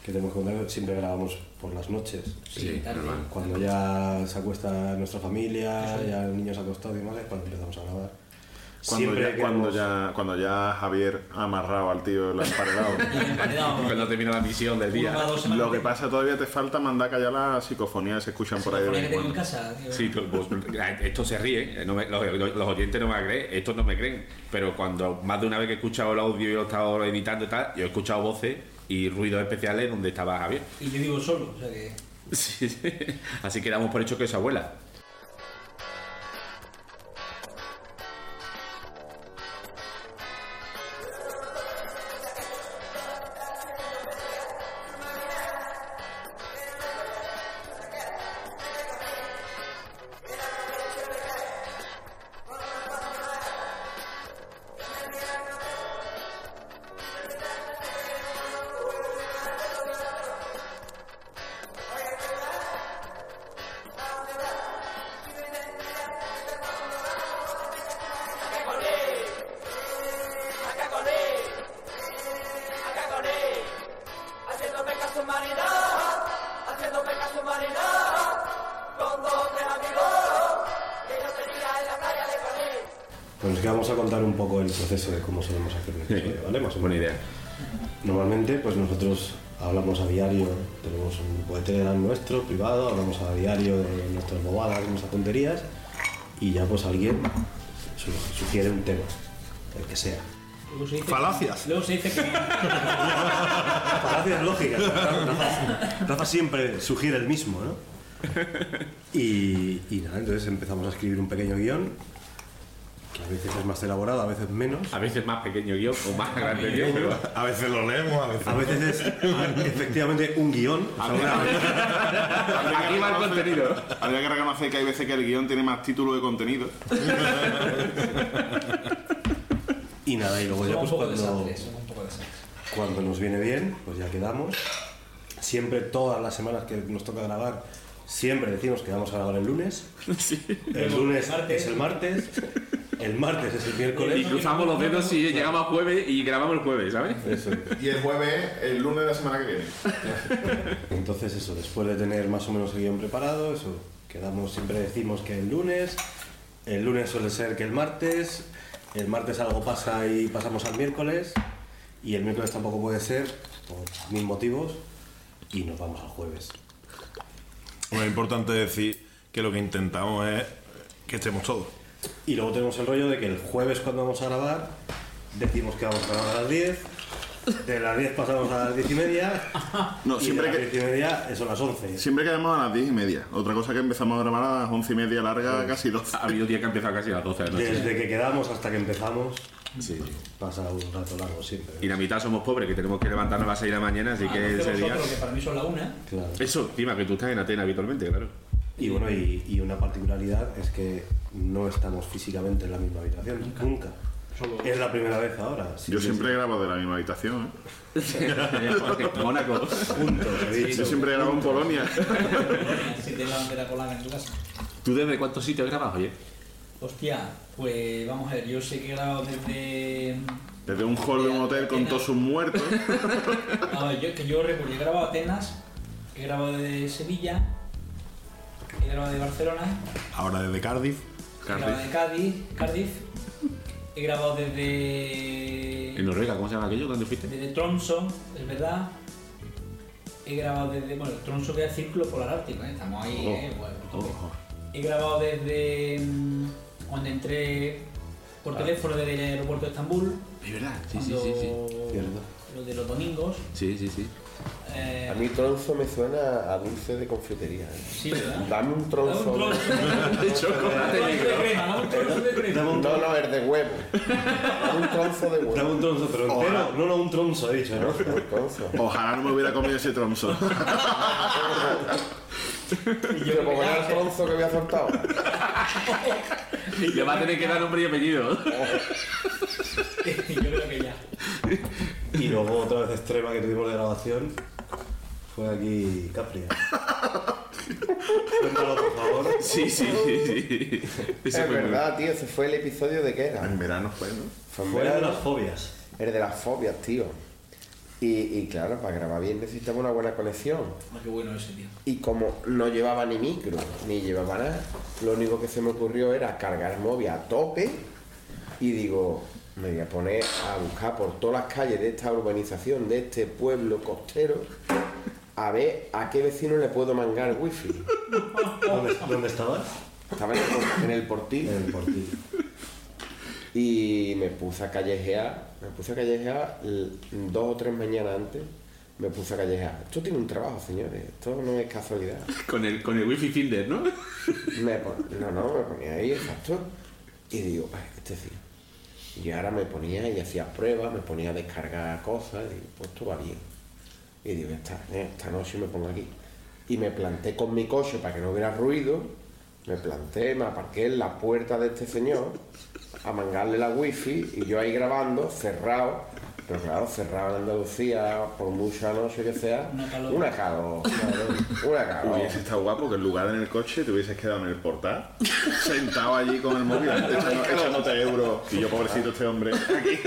Speaker 3: que, que tenemos que contar. Siempre grabamos por las noches.
Speaker 5: Sí, tarde.
Speaker 3: Cuando ya se acuesta nuestra familia, ya el niño se ha acostado y demás, es cuando empezamos a grabar.
Speaker 6: Cuando, ya,
Speaker 3: que
Speaker 6: cuando,
Speaker 3: hemos-
Speaker 6: ya, cuando ya Javier ha amarrado al tío, lo ha emparedado.
Speaker 7: Cuando termina la misión del día.
Speaker 6: Lo que pasa todavía te falta mandar callar las psicofonías que se escuchan por ahí de vez en
Speaker 5: que tengo en
Speaker 6: cuando.
Speaker 5: casa. tío.
Speaker 7: Sí, tú- vos- esto se ríe, ¿eh? no me- los, los oyentes no me creen, estos no me creen, pero cuando más de una vez que he escuchado el audio y lo he estado editando y tal, yo he escuchado voces y ruidos especiales donde estaba Javier.
Speaker 5: Y yo vivo solo, o sea que.
Speaker 7: Sí, sí. Así que damos por hecho que es abuela.
Speaker 3: Pues es que vamos a contar un poco el proceso de cómo solemos hacer un episodio, ¿vale? Más o
Speaker 7: Buena
Speaker 3: menos.
Speaker 7: idea.
Speaker 3: Normalmente, pues nosotros hablamos a diario, tenemos un grupo de Telegram nuestro, privado, hablamos a diario de nuestras bobadas, de nuestras tonterías, y ya pues alguien su- sugiere un tema, el que sea.
Speaker 5: Luego se dice-
Speaker 4: Falacias.
Speaker 5: Luego se dice que.
Speaker 3: Gracias, lógica. Rafa, Rafa siempre sugiere el mismo, ¿no? Y, y nada, entonces empezamos a escribir un pequeño guión, que a veces es más elaborado, a veces menos.
Speaker 7: A veces más pequeño guión o más grande guión, pero
Speaker 4: A veces lo leemos, a veces.
Speaker 3: A veces es efectivamente un guión, o sea, una-
Speaker 7: aquí va el
Speaker 6: reconocer-
Speaker 7: contenido.
Speaker 6: Habría que reconocer que hay veces que el guión tiene más título de contenido.
Speaker 3: Y nada, y luego ya
Speaker 5: Somos
Speaker 3: pues
Speaker 5: un poco
Speaker 3: cuando,
Speaker 5: desastres, somos un poco desastres.
Speaker 3: cuando nos viene bien, pues ya quedamos. Siempre, todas las semanas que nos toca grabar, siempre decimos que vamos a grabar el lunes. El lunes
Speaker 5: Martes.
Speaker 3: es el martes. El martes es el miércoles.
Speaker 7: Y cruzamos los dedos si llegamos a jueves y grabamos el jueves, ¿sabes?
Speaker 3: Eso.
Speaker 6: Y el jueves, el lunes de la semana que viene.
Speaker 3: Entonces eso, después de tener más o menos el guión preparado, eso, quedamos, siempre decimos que el lunes, el lunes suele ser que el martes, el martes algo pasa y pasamos al miércoles, y el miércoles tampoco puede ser, por mil motivos, y nos vamos al jueves.
Speaker 4: Bueno, Pues es importante decir que lo que intentamos es que estemos todos.
Speaker 3: Y luego tenemos el rollo de que el jueves cuando vamos a grabar, decimos que vamos a grabar a las 10, de las 10 pasamos a las 10 y media,
Speaker 6: No,
Speaker 3: y
Speaker 6: siempre
Speaker 3: de las
Speaker 6: que-
Speaker 3: 10 y media son las 11.
Speaker 6: Siempre quedamos a las 10 y media. Otra cosa que empezamos a grabar a las 11 y media larga,
Speaker 2: Pues,
Speaker 6: casi 12.
Speaker 7: Ha habido días que ha empezado casi a las 12 de la noche.
Speaker 3: Desde que quedamos hasta que empezamos, pasa un rato largo siempre.
Speaker 7: Y la mitad somos pobres, que tenemos que levantarnos a las 6 de la mañana,
Speaker 6: Ah,
Speaker 5: Ah,
Speaker 7: así que ese
Speaker 5: Entonces
Speaker 7: día...
Speaker 5: vosotros, que para mí son la una,
Speaker 3: Claro.
Speaker 7: Eso, encima, que tú estás en Atenas habitualmente, claro.
Speaker 3: Y bueno, y, y una particularidad es que no estamos físicamente en la misma habitación, nunca. Es la primera vez ahora. sí,
Speaker 6: Yo
Speaker 3: sí,
Speaker 6: siempre grabo de la misma habitación. ¿eh?
Speaker 7: Mónaco.
Speaker 3: sí. Juntos, he
Speaker 7: ¿eh?
Speaker 3: dicho.
Speaker 6: Yo siempre grabo en Polonia.
Speaker 5: si te la bandera colada en tu casa.
Speaker 7: ¿Tú desde cuántos sitios grabas, oye?
Speaker 5: Hostia, pues vamos a ver, yo sé que he grabado desde.
Speaker 6: Desde un hall de un hotel con todos sus muertos.
Speaker 5: A ver, yo, que yo recuerdo, he grabado Atenas, he grabado de Sevilla, he grabado de Barcelona,
Speaker 4: Ahora desde Cardiff.
Speaker 5: he grabado de Cádiz, Cardiff, he grabado desde.
Speaker 7: En Noruega, ¿cómo se llama aquello? ¿Dónde fuiste?
Speaker 5: desde Tromso, es verdad. He grabado desde. Bueno, Tromso que es el círculo polar ártico, ¿eh? estamos ahí, ¿eh? Bueno,
Speaker 7: Ojo.
Speaker 5: He grabado desde. mm, cuando entré por teléfono desde el aeropuerto de Estambul.
Speaker 7: Es verdad, sí, sí, sí, sí.
Speaker 5: cuando-
Speaker 3: Cierto.
Speaker 5: Lo de los domingos.
Speaker 7: Sí, sí, sí.
Speaker 5: eh,
Speaker 2: A mí tronzo me suena a dulce de confitería. ¿eh?
Speaker 5: Sí, ¿verdad?
Speaker 2: Dame un
Speaker 5: Dame
Speaker 2: tronzo.
Speaker 5: un tronzo.
Speaker 7: De chocolate
Speaker 5: Dame un tronzo de
Speaker 7: negro.
Speaker 5: crema, dame
Speaker 3: Dame un,
Speaker 5: un tronzo de crema.
Speaker 2: No, no, es de huevo. Dame un tronzo de huevo.
Speaker 3: dame un tronzo, pero entero. No, no, un tronzo, he dicho, ¿no?
Speaker 2: Un tronzo.
Speaker 6: Ojalá no me hubiera comido ese tronzo.
Speaker 2: Pero como era el tronzo que había soltado.
Speaker 7: Le va a tener que dar nombre y apellido.
Speaker 5: Yo creo que ya.
Speaker 3: Y luego otra vez extrema que tuvimos de grabación fue aquí Capri. Cuéntalo, por favor.
Speaker 7: Sí, sí, sí, sí. Ese
Speaker 2: es
Speaker 7: fue muy-
Speaker 2: verdad, tío, ese fue el episodio de qué era.
Speaker 6: En verano fue, ¿no?
Speaker 2: Fue en
Speaker 3: Fuera de
Speaker 2: verano.
Speaker 3: las fobias.
Speaker 2: El de las fobias, tío. Y, y claro, para grabar bien necesitaba una buena conexión.
Speaker 5: Ah, Qué bueno ese, tío.
Speaker 2: Y como no llevaba ni micro, ni llevaba nada, lo único que se me ocurrió era cargar el móvil a tope y digo, me voy a poner a buscar por todas las calles de esta urbanización, de este pueblo costero, a ver a qué vecino le puedo mangar wifi.
Speaker 3: ¿Dónde, dónde estabas?
Speaker 2: Estaba en el, por- en el
Speaker 3: En
Speaker 2: portillo
Speaker 3: el portillo.
Speaker 2: y me puse a callejear, me puse a callejear l- dos o tres mañanas antes. Me puse a callejear. Esto tiene un trabajo, señores. Esto no es casualidad.
Speaker 7: Con el, con el wifi Finder, ¿no?
Speaker 2: Me pon- no, no, me ponía ahí, exacto. Y digo, "Ay, este sí. Y ahora me ponía y hacía pruebas, me ponía a descargar cosas, y digo, pues esto va bien. Y digo, ya está, eh, esta noche me pongo aquí. Y me planté con mi coche para que no hubiera ruido, me planté, me aparqué en la puerta de este señor a mangarle la wifi y yo ahí grabando, cerrado, pero claro, cerrado en Andalucía, por mucha noche que sea,
Speaker 5: Una calor.
Speaker 2: una calor, cabrón, una calor.
Speaker 6: Hubiese estado guapo que en lugar de en el coche te hubieses quedado en el portal, sentado allí con el móvil, echando- echándote euros. Y yo, pobrecito este hombre, aquí.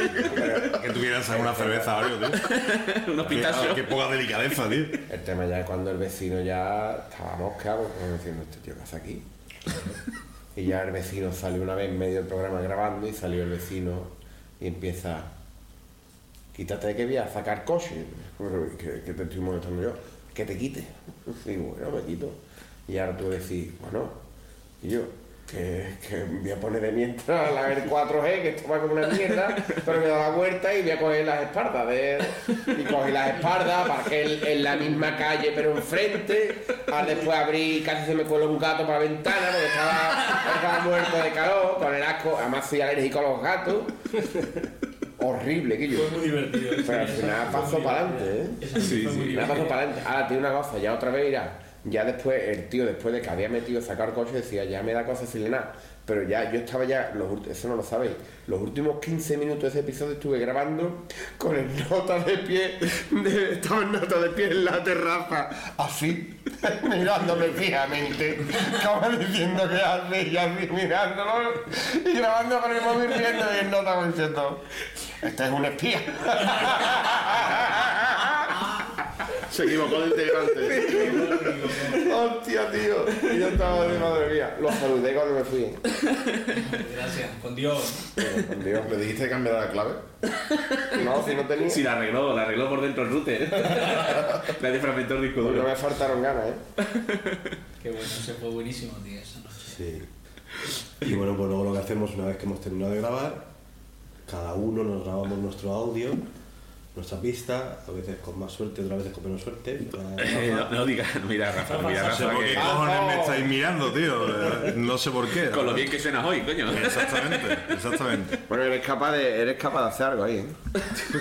Speaker 4: Que tuvieras alguna cerveza, Oreo, tío.
Speaker 7: Unos
Speaker 4: Qué-
Speaker 7: pitacios.
Speaker 4: Qué poca delicadeza, tío.
Speaker 2: El tema ya es cuando el vecino ya estaba mosca, porque diciendo, este tío que hace aquí. y ya el vecino salió una vez en medio del programa grabando y salió el vecino y empieza, quítate que voy a sacar coche, Pero, que, que te estoy molestando yo, que te quite. Y bueno, me quito. Y ahora tú decís, bueno, y yo, que, que voy a poner de mientras la R4G, que esto va como una mierda, pero me da la vuelta y voy a coger las espaldas. De, y cogí las espaldas, parqué en, en la misma calle, pero enfrente. Ah, después abrí, casi se me cueló un gato para la ventana, porque estaba, estaba muerto de calor, con el asco. Además, soy alérgico a los gatos. Horrible, que yo.
Speaker 5: Fue muy divertido.
Speaker 2: Pero al final pasó para adelante, ¿eh?
Speaker 5: Esa sí, fue muy
Speaker 2: Me ha pasado para adelante. Ahora tiene una cosa, ya otra vez irá. ya después, el tío, después de que había metido sacar el coche, decía, ya me da cosa silenar. Pero ya, yo estaba ya, los, ult- eso no lo sabéis, los últimos 15 minutos de ese episodio estuve grabando con el nota de pie, de- estaba el nota de pie en la terraza, así, mirándome fijamente, como diciendo que hace, y así mirándolo, y grabando con el móvil riendo, y el nota diciendo, este es un espía.
Speaker 6: Se equivocó de integrante.
Speaker 2: Hostia, tío. Y yo estaba de madre mía. Los saludé cuando me fui.
Speaker 5: Gracias, con Dios.
Speaker 2: Dios.
Speaker 6: ¿Le dijiste que cambiara la clave?
Speaker 2: No, si no tenía.
Speaker 7: Si la arregló, la arregló por dentro el router. la defragmentó el disco
Speaker 2: Pues no
Speaker 7: duro.
Speaker 2: me faltaron ganas, ¿eh?
Speaker 5: Qué bueno, se fue buenísimo, tío, esa noche.
Speaker 3: Sí. Y bueno, pues luego lo que hacemos una vez que hemos terminado de grabar, cada uno nos grabamos nuestro audio, nuestra pista, a veces con más suerte, otras veces con menos suerte. Cada-
Speaker 7: Eh, no, no digas, no mira Rafa, no mira
Speaker 4: No sé
Speaker 7: Rafa.
Speaker 4: por qué
Speaker 7: que-
Speaker 4: cojones me estáis mirando, tío. No sé por qué.
Speaker 7: Ah, Con lo bien que suenas hoy, coño.
Speaker 4: Exactamente, exactamente.
Speaker 2: Bueno, eres capaz de, eres capaz de hacer algo ahí, ¿eh?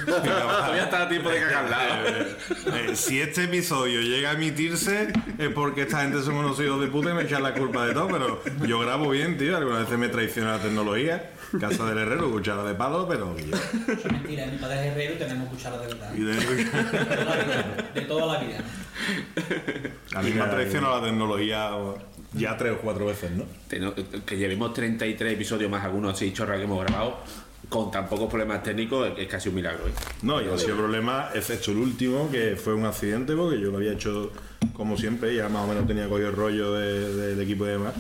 Speaker 7: Todavía está a tiempo de cagarla.
Speaker 4: Eh, eh, si este episodio llega a emitirse es porque esta gente son unos hijos de puta y me echan la culpa de todo, pero yo grabo bien, tío. Algunas veces me traiciona la tecnología. Casa del herrero, cuchara de palo, pero... yo-
Speaker 5: Eso es mentira, ¿eh? mi padre es herrero y tenemos cuchara de verdad.
Speaker 4: y de-
Speaker 5: De toda la vida, de toda la vida.
Speaker 4: A mí me ha traicionado la tecnología eh, ya tres o cuatro veces, ¿no?
Speaker 7: Teno- Que llevemos 33 episodios más algunos así chorras que hemos grabado con tan pocos problemas técnicos es- es casi un milagro. ¿eh?
Speaker 4: No, y así el problema, excepto el último, que fue un accidente, porque yo lo había hecho como siempre, ya más o menos tenía cogido el rollo de- del equipo y demás.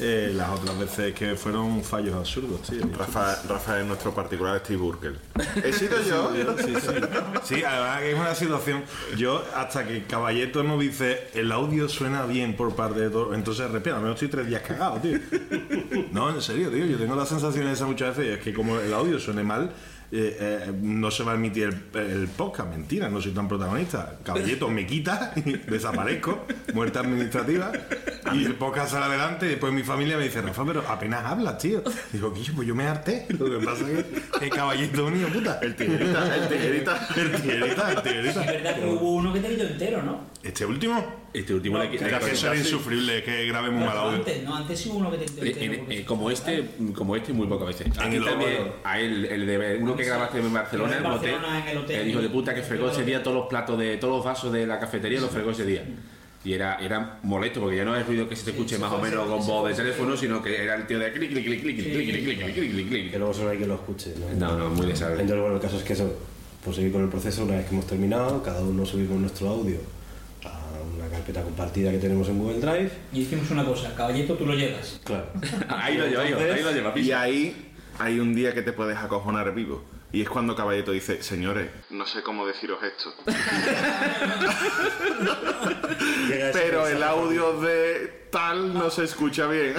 Speaker 4: Eh, las otras veces que fueron fallos absurdos, tío.
Speaker 6: Rafa, Rafa es nuestro particular Steve Burkel.
Speaker 2: He sido yo.
Speaker 4: Sí, sí. Sí, además que es una situación. Yo, hasta que Caballeto nos dice el audio suena bien por parte de todo, entonces respira, me estoy tres días cagado, tío. No, en serio, tío. Yo tengo la sensación esa muchas veces, y es que como el audio suene mal, eh, eh, no se va a emitir el, el podcast. Mentira, no soy tan protagonista. Caballeto me quita, desaparezco, muerte administrativa, y el podcast sale adelante. Y después mi familia me dice, Rafa, pero apenas hablas, tío. Digo, Guillo, pues yo me harté. Lo que pasa es que, que Caballeto es un hijo puta. El tijerita, el tijerita. El tijerita, el
Speaker 5: Es
Speaker 4: tijerita.
Speaker 5: verdad que hubo uno que te quitó entero, ¿no?
Speaker 4: Este último.
Speaker 7: Este último le-
Speaker 4: Era que eso era insufrible, que grabé muy mal
Speaker 5: Pero
Speaker 4: audio.
Speaker 5: antes, no, antes sí hubo uno que te quitó
Speaker 7: Eh,
Speaker 5: entero.
Speaker 7: en-
Speaker 5: porque-
Speaker 7: eh, como este, como este muy pocas veces. A
Speaker 4: En
Speaker 7: ti
Speaker 4: el
Speaker 7: también,
Speaker 4: Ovalo.
Speaker 7: a él, el de uno que grabaste en Barcelona,
Speaker 5: En
Speaker 7: el hotel,
Speaker 5: Barcelona, en el hotel.
Speaker 7: el hijo de puta que fregó ese día todos los platos de todos los vasos de la cafetería, los fregó ese día. Y era, era molesto porque ya no es ruido que se te escuche
Speaker 5: se
Speaker 7: más o
Speaker 5: fue,
Speaker 7: menos
Speaker 5: se-
Speaker 7: con
Speaker 5: se
Speaker 7: voz
Speaker 5: fue.
Speaker 7: de teléfono, sino que era el tío de clic, clic, clic, clic, clic, clic, clic, clic, clic, clic,
Speaker 3: Que
Speaker 7: clic, clic.
Speaker 3: luego solo hay que lo escuche. ¿no?
Speaker 7: No, no, muy desagradable.
Speaker 3: Entonces, bueno, el caso es que eso, por seguir con el proceso, una vez que hemos terminado, cada uno subimos nuestro audio a una carpeta compartida que tenemos en Google Drive.
Speaker 5: Y hicimos una cosa, caballito tú lo llevas.
Speaker 3: Claro.
Speaker 7: Ahí lo lleva, ahí lo- ahí lo lleva,
Speaker 6: Y
Speaker 7: pisa.
Speaker 6: ahí hay un día que te puedes acojonar vivo. Y es cuando Caballeto dice, señores, no sé cómo deciros esto.
Speaker 3: Llega ese
Speaker 6: Pero
Speaker 3: mensaje.
Speaker 6: el audio de tal no se escucha bien.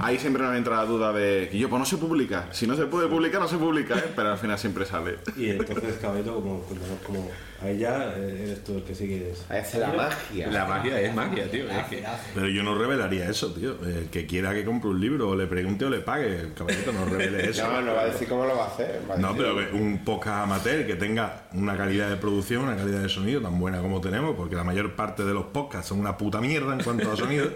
Speaker 6: Ahí siempre nos entra la duda de, yo, pues no se publica. Si no se puede publicar, no se publica, ¿eh? pero al final siempre sale.
Speaker 3: Y entonces, caballito, como, cuéntanos como ahí ya eh, eres tú el que sigues.
Speaker 2: Ahí hace la magia.
Speaker 7: La magia es magia, tío. Es que-
Speaker 4: Pero yo no revelaría eso, tío. El que quiera que compre un libro, o le pregunte o le pague, el caballito no revele eso.
Speaker 2: No, no va a decir cómo lo va a hacer. va a
Speaker 4: No,
Speaker 2: decir-
Speaker 4: pero que un podcast amateur que tenga una calidad de producción, una calidad de sonido tan buena como tenemos, porque la mayor parte de los podcasts son una puta mierda en cuanto a sonido.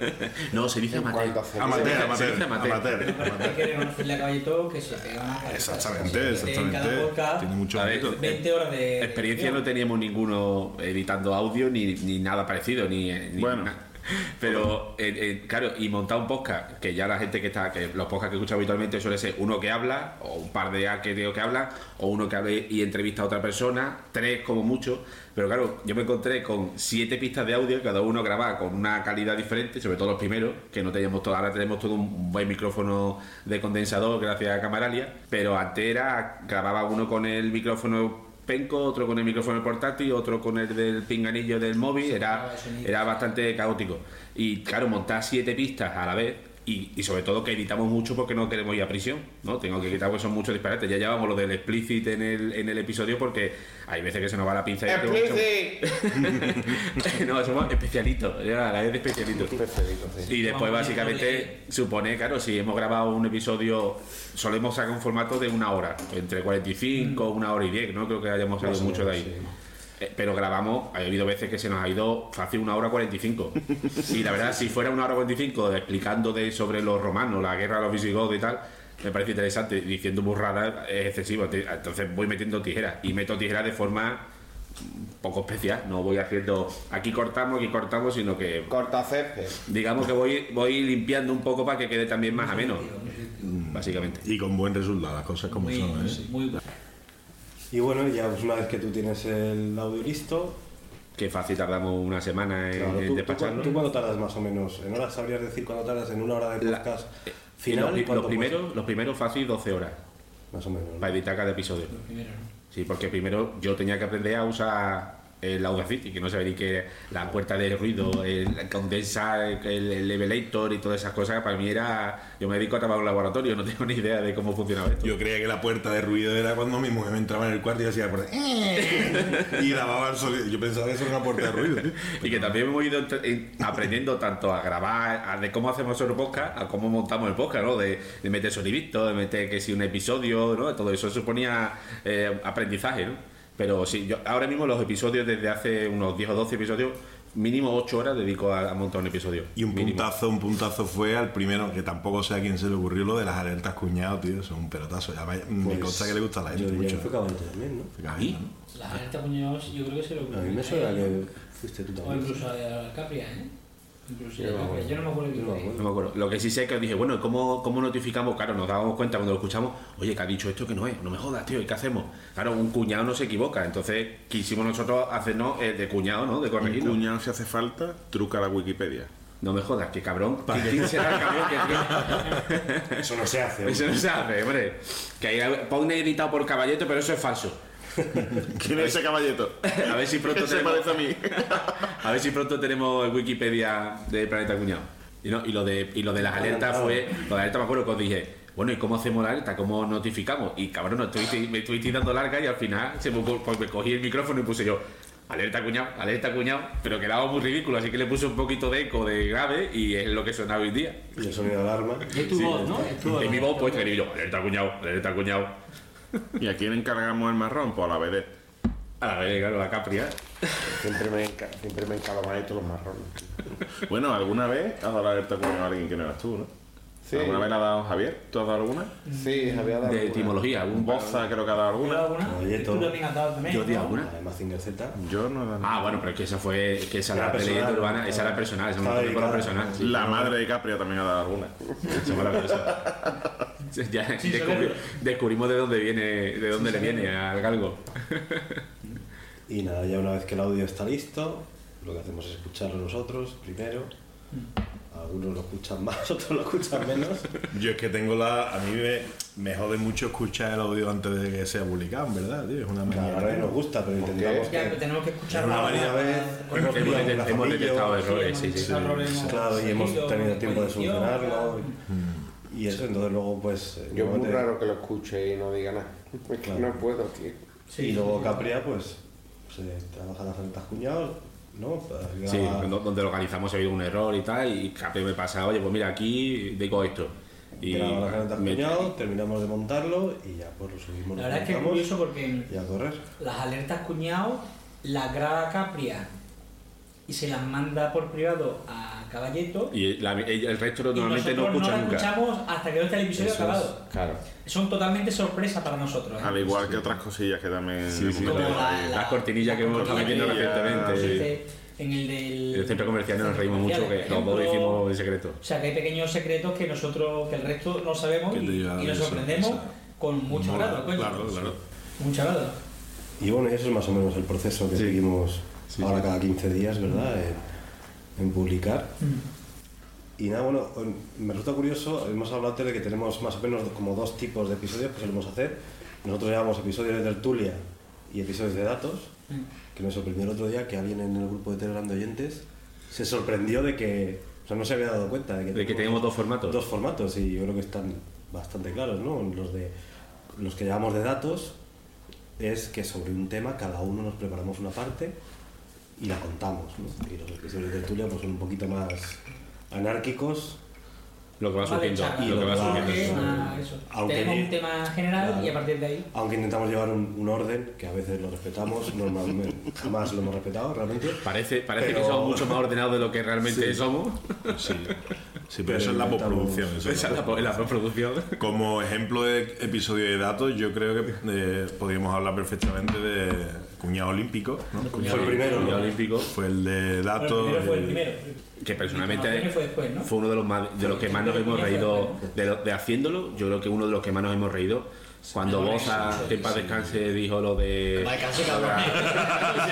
Speaker 7: No, se dice
Speaker 2: En
Speaker 7: amateur.
Speaker 2: cuanto a hacer-
Speaker 7: Se
Speaker 4: Amateur,
Speaker 7: dice
Speaker 4: amateur,
Speaker 7: amateur.
Speaker 4: amateur.
Speaker 5: Hay que reconocerle a caballito que se pega una cabeza.
Speaker 4: Exactamente,
Speaker 5: Se mete en cada
Speaker 4: exactamente.
Speaker 5: podcast
Speaker 4: Tiene mucho
Speaker 7: A ver,
Speaker 4: mérito.
Speaker 5: 20 horas de...
Speaker 7: Experiencia no teníamos ninguno editando audio ni, ni nada parecido, ni, eh, ni
Speaker 6: Bueno.
Speaker 7: na- Pero, eh, eh, claro, y montar un podcast, que ya la gente que está, que los podcasts que escucha habitualmente suele ser uno que habla, o un par de que digo que habla, o uno que habla y entrevista a otra persona, tres como mucho. Pero claro, yo me encontré con siete pistas de audio, cada uno grababa con una calidad diferente, sobre todo los primeros, que no teníamos todo, ahora tenemos todo un buen micrófono de condensador gracias a Camaralia, pero antes era, grababa uno con el micrófono penco, otro con el micrófono portátil, otro con el del pinganillo del móvil, era,
Speaker 5: grababa el sonido.
Speaker 7: era bastante caótico. Y claro, montar siete pistas a la vez y, y sobre todo que editamos mucho porque no queremos ir a prisión, ¿no? Tengo que quitar porque son muchos disparates. Ya llevamos lo del explicit en el, en el episodio porque hay veces que se nos va la pinza y tenemos que-
Speaker 2: ¡Explicit!
Speaker 7: no, somos especialitos, ya, la vez de especialitos. Y después
Speaker 5: Vamos
Speaker 7: básicamente supone, claro, si hemos grabado un episodio, solemos
Speaker 5: Mm.
Speaker 7: sacar un formato de una hora, entre 45, una hora y 10, ¿no? Creo que hayamos salido mucho de ahí. Eh, Pero grabamos, ha habido veces que se nos ha ido fácil una hora 45. Y la verdad, si fuera una hora 45 explicando de, sobre los romanos, la guerra de los visigodos y tal, me parece interesante. Diciendo burradas es excesivo. Te- Entonces voy metiendo tijeras. Y meto tijeras de forma mm, poco especial. No voy haciendo aquí cortamos, aquí cortamos, sino que.
Speaker 2: Corta césped.
Speaker 7: Digamos que voy, voy limpiando un poco para que quede también más ameno. Básicamente.
Speaker 4: Y con buen resultado, las cosas como son, ¿eh?
Speaker 3: Y bueno, ya pues, una vez que tú tienes el audio listo,
Speaker 7: Qué fácil tardamos una semana en,
Speaker 3: claro,
Speaker 7: en
Speaker 3: tú, tú,
Speaker 7: despacharlo.
Speaker 3: tú cuándo tardas más o menos? ¿En horas sabrías decir cuándo tardas en una hora de podcast
Speaker 7: eh,
Speaker 3: final?
Speaker 7: Y los- los,
Speaker 3: ¿Cuánto
Speaker 7: primeros, los primeros fácil 12 horas.
Speaker 3: Más o menos.
Speaker 7: Para editar cada episodio. Sí, porque primero yo tenía que aprender a usar el Audacity, que no sabía ni que la puerta de ruido, el condensar, el, el levelator y todas esas cosas, para mí era... Yo me dedico a trabajar en un laboratorio, no tengo ni idea de cómo funcionaba esto.
Speaker 4: Yo creía que la puerta de ruido era cuando mi mujer me entraba en el cuarto y hacía por ahí, y grababa el sonido. Yo pensaba que eso era una puerta de ruido. tío.
Speaker 7: Y que también hemos ido entre- en- aprendiendo tanto a grabar, a de cómo hacemos nuestro podcast, a cómo montamos el podcast, ¿no? De, de meter sonidito, de meter que si un episodio, ¿no? Todo eso suponía eh, aprendizaje, ¿no? Pero sí, yo ahora mismo los episodios desde hace unos 10 o 12 episodios, mínimo 8 horas dedico a, a montar un episodio.
Speaker 4: Y un
Speaker 7: Mínimo.
Speaker 4: puntazo, un puntazo fue al primero, que tampoco sé a quién se le ocurrió lo de las alertas cuñado, tío. Son un pelotazo. Ya vaya- me
Speaker 3: Pues,
Speaker 4: consta que le gusta la
Speaker 3: Yo
Speaker 4: gente
Speaker 3: diría
Speaker 4: mucho.
Speaker 3: que fue Caballito también, ¿no?
Speaker 4: Fue Caballito, ¿no?
Speaker 5: Las alertas puñados yo creo que se lo
Speaker 3: A mí me suena que fuiste tú
Speaker 5: O
Speaker 3: también.
Speaker 5: incluso a la Capria, ¿eh? Incluso
Speaker 3: Yo
Speaker 5: a
Speaker 3: no
Speaker 5: la
Speaker 3: me
Speaker 5: Capria.
Speaker 3: acuerdo.
Speaker 5: Yo no me acuerdo
Speaker 3: Yo no me
Speaker 5: de qué.
Speaker 7: No me acuerdo. Lo que sí sé es que dije, bueno, ¿cómo, ¿cómo notificamos? Claro, nos dábamos cuenta cuando lo escuchamos, oye, que ha dicho esto que no es, no me jodas, tío, ¿y qué hacemos? Claro, un cuñado no se equivoca, entonces quisimos nosotros hacernos eh, de cuñado, ¿no? De
Speaker 6: Un
Speaker 7: corregirlo.
Speaker 6: cuñado, si hace falta, truca la Wikipedia.
Speaker 7: No me jodas, que cabrón. ¿Quién será el cabrón que-
Speaker 3: Eso no se hace.
Speaker 7: que- Eso no se hace, hombre. Que ahí pone editado por Caballeto, pero eso es falso.
Speaker 6: ¿Quién es ese caballeto?
Speaker 7: A ver si pronto
Speaker 6: ¿Qué se
Speaker 7: tenemos,
Speaker 6: parece a mí?
Speaker 7: a ver si pronto tenemos el Wikipedia de Planeta Cuñado. Y, no, y, lo de, y lo de las alertas fue. Lo de las alertas me acuerdo que os dije, bueno, ¿y cómo hacemos la alerta? ¿Cómo notificamos? Y cabrón, estoy- me estoy dando larga y al final se me, ocur- pues me cogí el micrófono y puse yo. Alerta cuñado, alerta cuñado, pero quedaba muy ridículo, así que le puse un poquito de eco de grave y es lo que sonaba hoy día.
Speaker 3: Y el sonido de alarma.
Speaker 5: Es tu voz, ¿no? Es tu voz.
Speaker 7: En mi voz, pues que yo, alerta cuñado, alerta cuñado.
Speaker 6: ¿Y a quién encargamos el marrón? Pues a la vedette.
Speaker 7: A la vez, claro, la Capria.
Speaker 2: Siempre me, enca- siempre me encalaban estos los marrones.
Speaker 6: Bueno, ¿alguna vez has dado la alerta cuñado a alguien que no eras tú, no?
Speaker 2: Sí.
Speaker 6: ¿Alguna vez la ha dado Javier? ¿Tú has dado alguna?
Speaker 2: Sí, había dado.
Speaker 7: De etimología, un
Speaker 6: Boza creo que ha dado
Speaker 5: ¿Tú
Speaker 6: alguna.
Speaker 5: alguna?
Speaker 3: Oye,
Speaker 5: ¿Tú
Speaker 3: todo.
Speaker 5: también has dado también?
Speaker 7: Yo di
Speaker 5: ¿no?
Speaker 7: alguna.
Speaker 3: Además, Zinger Z.
Speaker 6: Yo no he dado
Speaker 7: Ah, bueno, pero es que esa fue, que esa era
Speaker 3: Era
Speaker 7: la de leyenda
Speaker 3: personal,
Speaker 7: urbana,
Speaker 3: ¿no?
Speaker 7: esa era personal, esa me
Speaker 3: Estaba
Speaker 7: acuerdo por la
Speaker 3: dedicada.
Speaker 7: personal. sí.
Speaker 6: La madre de Capria también ha dado alguna.
Speaker 7: Esa fue la personal. Sí, ya
Speaker 5: Sí,
Speaker 7: descubri-
Speaker 5: solo-
Speaker 7: descubrimos de dónde viene, de dónde le viene al galgo.
Speaker 3: Y nada, ya una vez que el audio está listo, lo que hacemos es escucharlo nosotros primero.
Speaker 7: Mm.
Speaker 3: Algunos lo escuchan más, otros lo escuchan menos.
Speaker 4: Yo es que tengo la. A mí me, me jode mucho escuchar el audio antes de que sea publicado, en verdad, tío. Es una
Speaker 3: Claro,
Speaker 4: manía.
Speaker 3: ahora nos gusta, pero intentamos
Speaker 5: Ya, pero
Speaker 3: que...
Speaker 5: tenemos que escuchar
Speaker 3: Una
Speaker 5: la-
Speaker 3: variedad vez.
Speaker 5: con los-
Speaker 7: Hemos,
Speaker 3: la
Speaker 7: dete- hemos
Speaker 3: familia,
Speaker 7: detectado
Speaker 3: sí,
Speaker 7: errores, sí, sí.
Speaker 5: hemos detectado
Speaker 3: Claro, y hemos
Speaker 5: errores,
Speaker 3: tenido tiempo de
Speaker 5: edición,
Speaker 3: solucionarlo.
Speaker 5: claro.
Speaker 3: Y eso, entonces luego pues...
Speaker 2: Yo es muy
Speaker 3: nuevamente-
Speaker 2: raro que lo escuche y no diga nada. Es que no puedo, tío.
Speaker 3: y luego Capria, pues, se trabaja las rentas cuñados, ¿no? Para que
Speaker 7: Sí,
Speaker 3: haga-
Speaker 7: cuando- donde localizamos ha habido un error y tal, y Capri me pasa, oye, pues mira, aquí digo esto. Y
Speaker 3: grabamos las rentas
Speaker 7: me-
Speaker 3: cuñados, terminamos de montarlo y ya pues lo subimos,
Speaker 5: La
Speaker 3: lo
Speaker 5: verdad es que es
Speaker 3: publicamos
Speaker 5: curioso porque
Speaker 3: y a correr.
Speaker 5: las alertas cuñado las graba Capria y se las manda por privado a Caballeto.
Speaker 7: y la- el el resto
Speaker 5: y
Speaker 7: normalmente no
Speaker 5: nosotros
Speaker 7: escucha
Speaker 5: la
Speaker 7: nunca.
Speaker 5: escuchamos hasta que no está el episodio acabado.
Speaker 2: Claro.
Speaker 5: Son totalmente sorpresa para nosotros. ¿eh?
Speaker 6: Al igual que otras cosillas que también.
Speaker 7: Sí, sí,
Speaker 5: Como
Speaker 7: la-
Speaker 5: la-
Speaker 7: las cortinillas que hemos estado metiendo
Speaker 6: cortinillas,
Speaker 7: recientemente.
Speaker 5: Este, En el del.
Speaker 7: En el centro comercial nos reímos mucho, que los
Speaker 5: Por
Speaker 7: dos
Speaker 5: ejemplo,
Speaker 7: hicimos en secreto.
Speaker 5: O sea, que hay peños secretos que nosotros, que el resto no sabemos
Speaker 4: Que te
Speaker 5: y,
Speaker 4: lleva
Speaker 5: y
Speaker 4: de
Speaker 5: nos sorprendemos
Speaker 4: sorpresa.
Speaker 5: con mucho
Speaker 4: Mola,
Speaker 5: grado, coño.
Speaker 4: Claro, claro.
Speaker 5: Mucho grado.
Speaker 3: Y bueno, eso es más o menos el proceso que seguimos ahora cada 15 días, ¿verdad? En, en publicar. Y nada, bueno, en- me resulta curioso, hemos hablado antes de que tenemos más o menos como dos tipos de episodios que solemos hacer. Nosotros llevamos episodios de tertulia y episodios de datos, que me sorprendió el otro día que alguien en el grupo de Telegram de oyentes se sorprendió de que, o sea, no se había dado cuenta de que,
Speaker 7: De que tenemos dos formatos.
Speaker 3: dos formatos y yo creo que están bastante claros, ¿no? Los de los que llevamos de datos es que sobre un tema cada uno nos preparamos una parte y la contamos, ¿no? Y los episodios de tertulia pues son un poquito más anárquicos
Speaker 7: Lo que va
Speaker 5: Vale,
Speaker 7: surgiendo.
Speaker 5: o sea,
Speaker 7: lo que va
Speaker 5: surge,
Speaker 7: surgiendo.
Speaker 5: ah, eso.
Speaker 3: Aunque
Speaker 5: Tenemos
Speaker 3: ni-
Speaker 5: un tema general
Speaker 3: Claro.
Speaker 5: y a partir de ahí.
Speaker 3: Aunque intentamos llevar un, un orden, que a veces lo respetamos, normalmente jamás lo hemos respetado realmente.
Speaker 7: Parece, parece que
Speaker 3: Pero-
Speaker 7: somos mucho más ordenados de lo que realmente
Speaker 3: Sí.
Speaker 7: somos.
Speaker 4: Sí. Sí, pero eso es la
Speaker 3: Intentamos-
Speaker 4: postproducción. eso
Speaker 7: Esa es la, po- la postproducción.
Speaker 4: Como ejemplo de episodio de datos, yo creo que eh, podríamos hablar perfectamente de Cuñado Olímpico. ¿no?
Speaker 3: Fue el primero,
Speaker 7: El
Speaker 3: ¿no?
Speaker 7: olímpico.
Speaker 4: Fue el de datos.
Speaker 5: Pero el primero fue el
Speaker 4: eh,
Speaker 5: primero.
Speaker 7: Que
Speaker 5: El
Speaker 7: personalmente
Speaker 5: primero fue después, ¿no?
Speaker 7: fue uno de los más, de los que más nos hemos reído de, lo- de haciéndolo. Yo creo que uno de los que más nos hemos reído. Cuando
Speaker 5: Sí,
Speaker 7: Bosa,
Speaker 5: sí,
Speaker 7: que en paz
Speaker 5: sí.
Speaker 7: descanse, dijo lo de.
Speaker 5: Va, descanse, cabrón.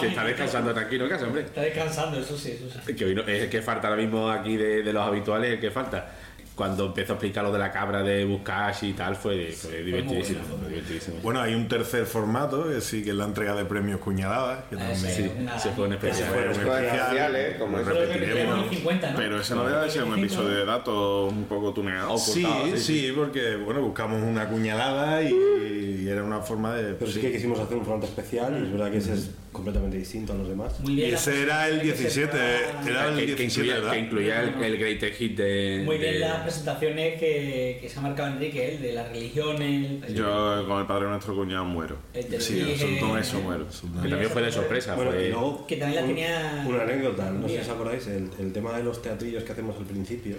Speaker 7: Que está descansando tranquilo en casa, hombre.
Speaker 5: Está descansando, eso sí, eso sí.
Speaker 7: Que hoy no- es el que falta ahora mismo aquí de, de los habituales, el que falta. Cuando empezó a explicar lo de la cabra de Buscash y tal, fue, fue divertidísimo.
Speaker 5: bueno,
Speaker 7: fue divertidísimo.
Speaker 4: Bueno, hay un tercer formato, que sí, que es la entrega de premios cuñadadas, que
Speaker 5: Ah,
Speaker 4: también
Speaker 5: ese,
Speaker 7: Sí,
Speaker 5: nada.
Speaker 7: se fue un especial.
Speaker 4: fue un
Speaker 2: Escuelas raciales, como
Speaker 4: lo
Speaker 2: eso.
Speaker 5: Creo que
Speaker 4: repetiremos.
Speaker 5: tenemos 50, ¿no?
Speaker 6: Pero ese no debe de ser un episodio de datos un poco tuneado.
Speaker 4: Sí, sí, porque bueno, buscamos una cuñalada y, y era una forma de.
Speaker 3: Pero sí que quisimos hacer un formato especial y es verdad que ese es completamente distinto a los demás.
Speaker 5: Muy
Speaker 4: Y
Speaker 5: bien. la
Speaker 4: ese era el
Speaker 5: presentación que se
Speaker 4: 17,
Speaker 5: fue a-
Speaker 4: era el
Speaker 7: Que, que
Speaker 4: 17,
Speaker 7: incluía,
Speaker 4: ¿verdad?
Speaker 7: que incluía el, el Great Hit de.
Speaker 5: Muy bien
Speaker 7: de-
Speaker 5: las presentaciones que, que se ha marcado Enrique, el de las religiones, el,
Speaker 6: Yo con el padre de nuestro cuñado muero.
Speaker 5: el del
Speaker 4: Sí,
Speaker 5: origen,
Speaker 4: son todo eso,
Speaker 5: el-
Speaker 4: muero.
Speaker 7: que también fue de sorpresa.
Speaker 3: Bueno,
Speaker 7: fue-
Speaker 3: y luego,
Speaker 5: que también la
Speaker 3: un-
Speaker 5: tenía-
Speaker 3: Una anécdota, no sé
Speaker 5: Bien.
Speaker 3: si os acordáis, el, el tema de los teatrillos que hacemos al principio,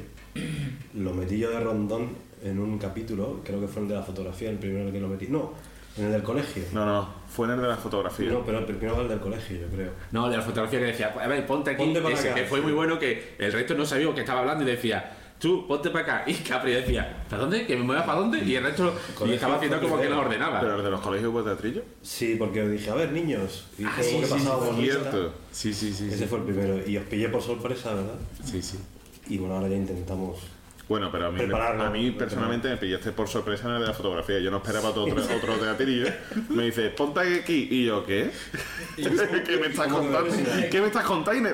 Speaker 3: lo metí yo de rondón en un capítulo, creo que fue el de la fotografía, el primero en el que lo metí. No, en el del colegio.
Speaker 6: No, no, fue en el de la fotografía.
Speaker 3: No, pero el primero fue el del colegio, yo creo.
Speaker 7: No, de la fotografía que decía, a ver, ponte aquí.
Speaker 3: Ponte para
Speaker 7: ese,
Speaker 3: acá,
Speaker 7: que fue
Speaker 3: sí.
Speaker 7: muy bueno que el resto no sabía que estaba hablando y decía, tú, ponte para acá. Y Capri decía, ¿para dónde? ¿Que me mueva para dónde? Y el resto y
Speaker 3: Colegio
Speaker 7: estaba haciendo como que los ordenaba.
Speaker 6: Pero el de los colegios hubo teatrillo.
Speaker 3: Sí, porque dije, a ver, niños, y
Speaker 7: Ah,
Speaker 3: como
Speaker 7: sí,
Speaker 3: que
Speaker 7: sí,
Speaker 3: pasaba por lista.
Speaker 6: Cierto.
Speaker 7: Sí, sí, sí.
Speaker 3: Ese
Speaker 7: Sí,
Speaker 3: fue el primero, y os pillé por sorpresa, ¿verdad?
Speaker 7: sí. sí.
Speaker 3: Y bueno, ahora ya intentamos.
Speaker 6: Bueno, pero a mí,
Speaker 3: Prepararlo.
Speaker 6: a mí personalmente me pillaste por sorpresa en el de la fotografía. Yo no esperaba otro, otro teatrillo. ¿eh? Me dice, ponte aquí. Y yo, ¿qué? ¿Qué me estás contando? ¿Qué me estás contando?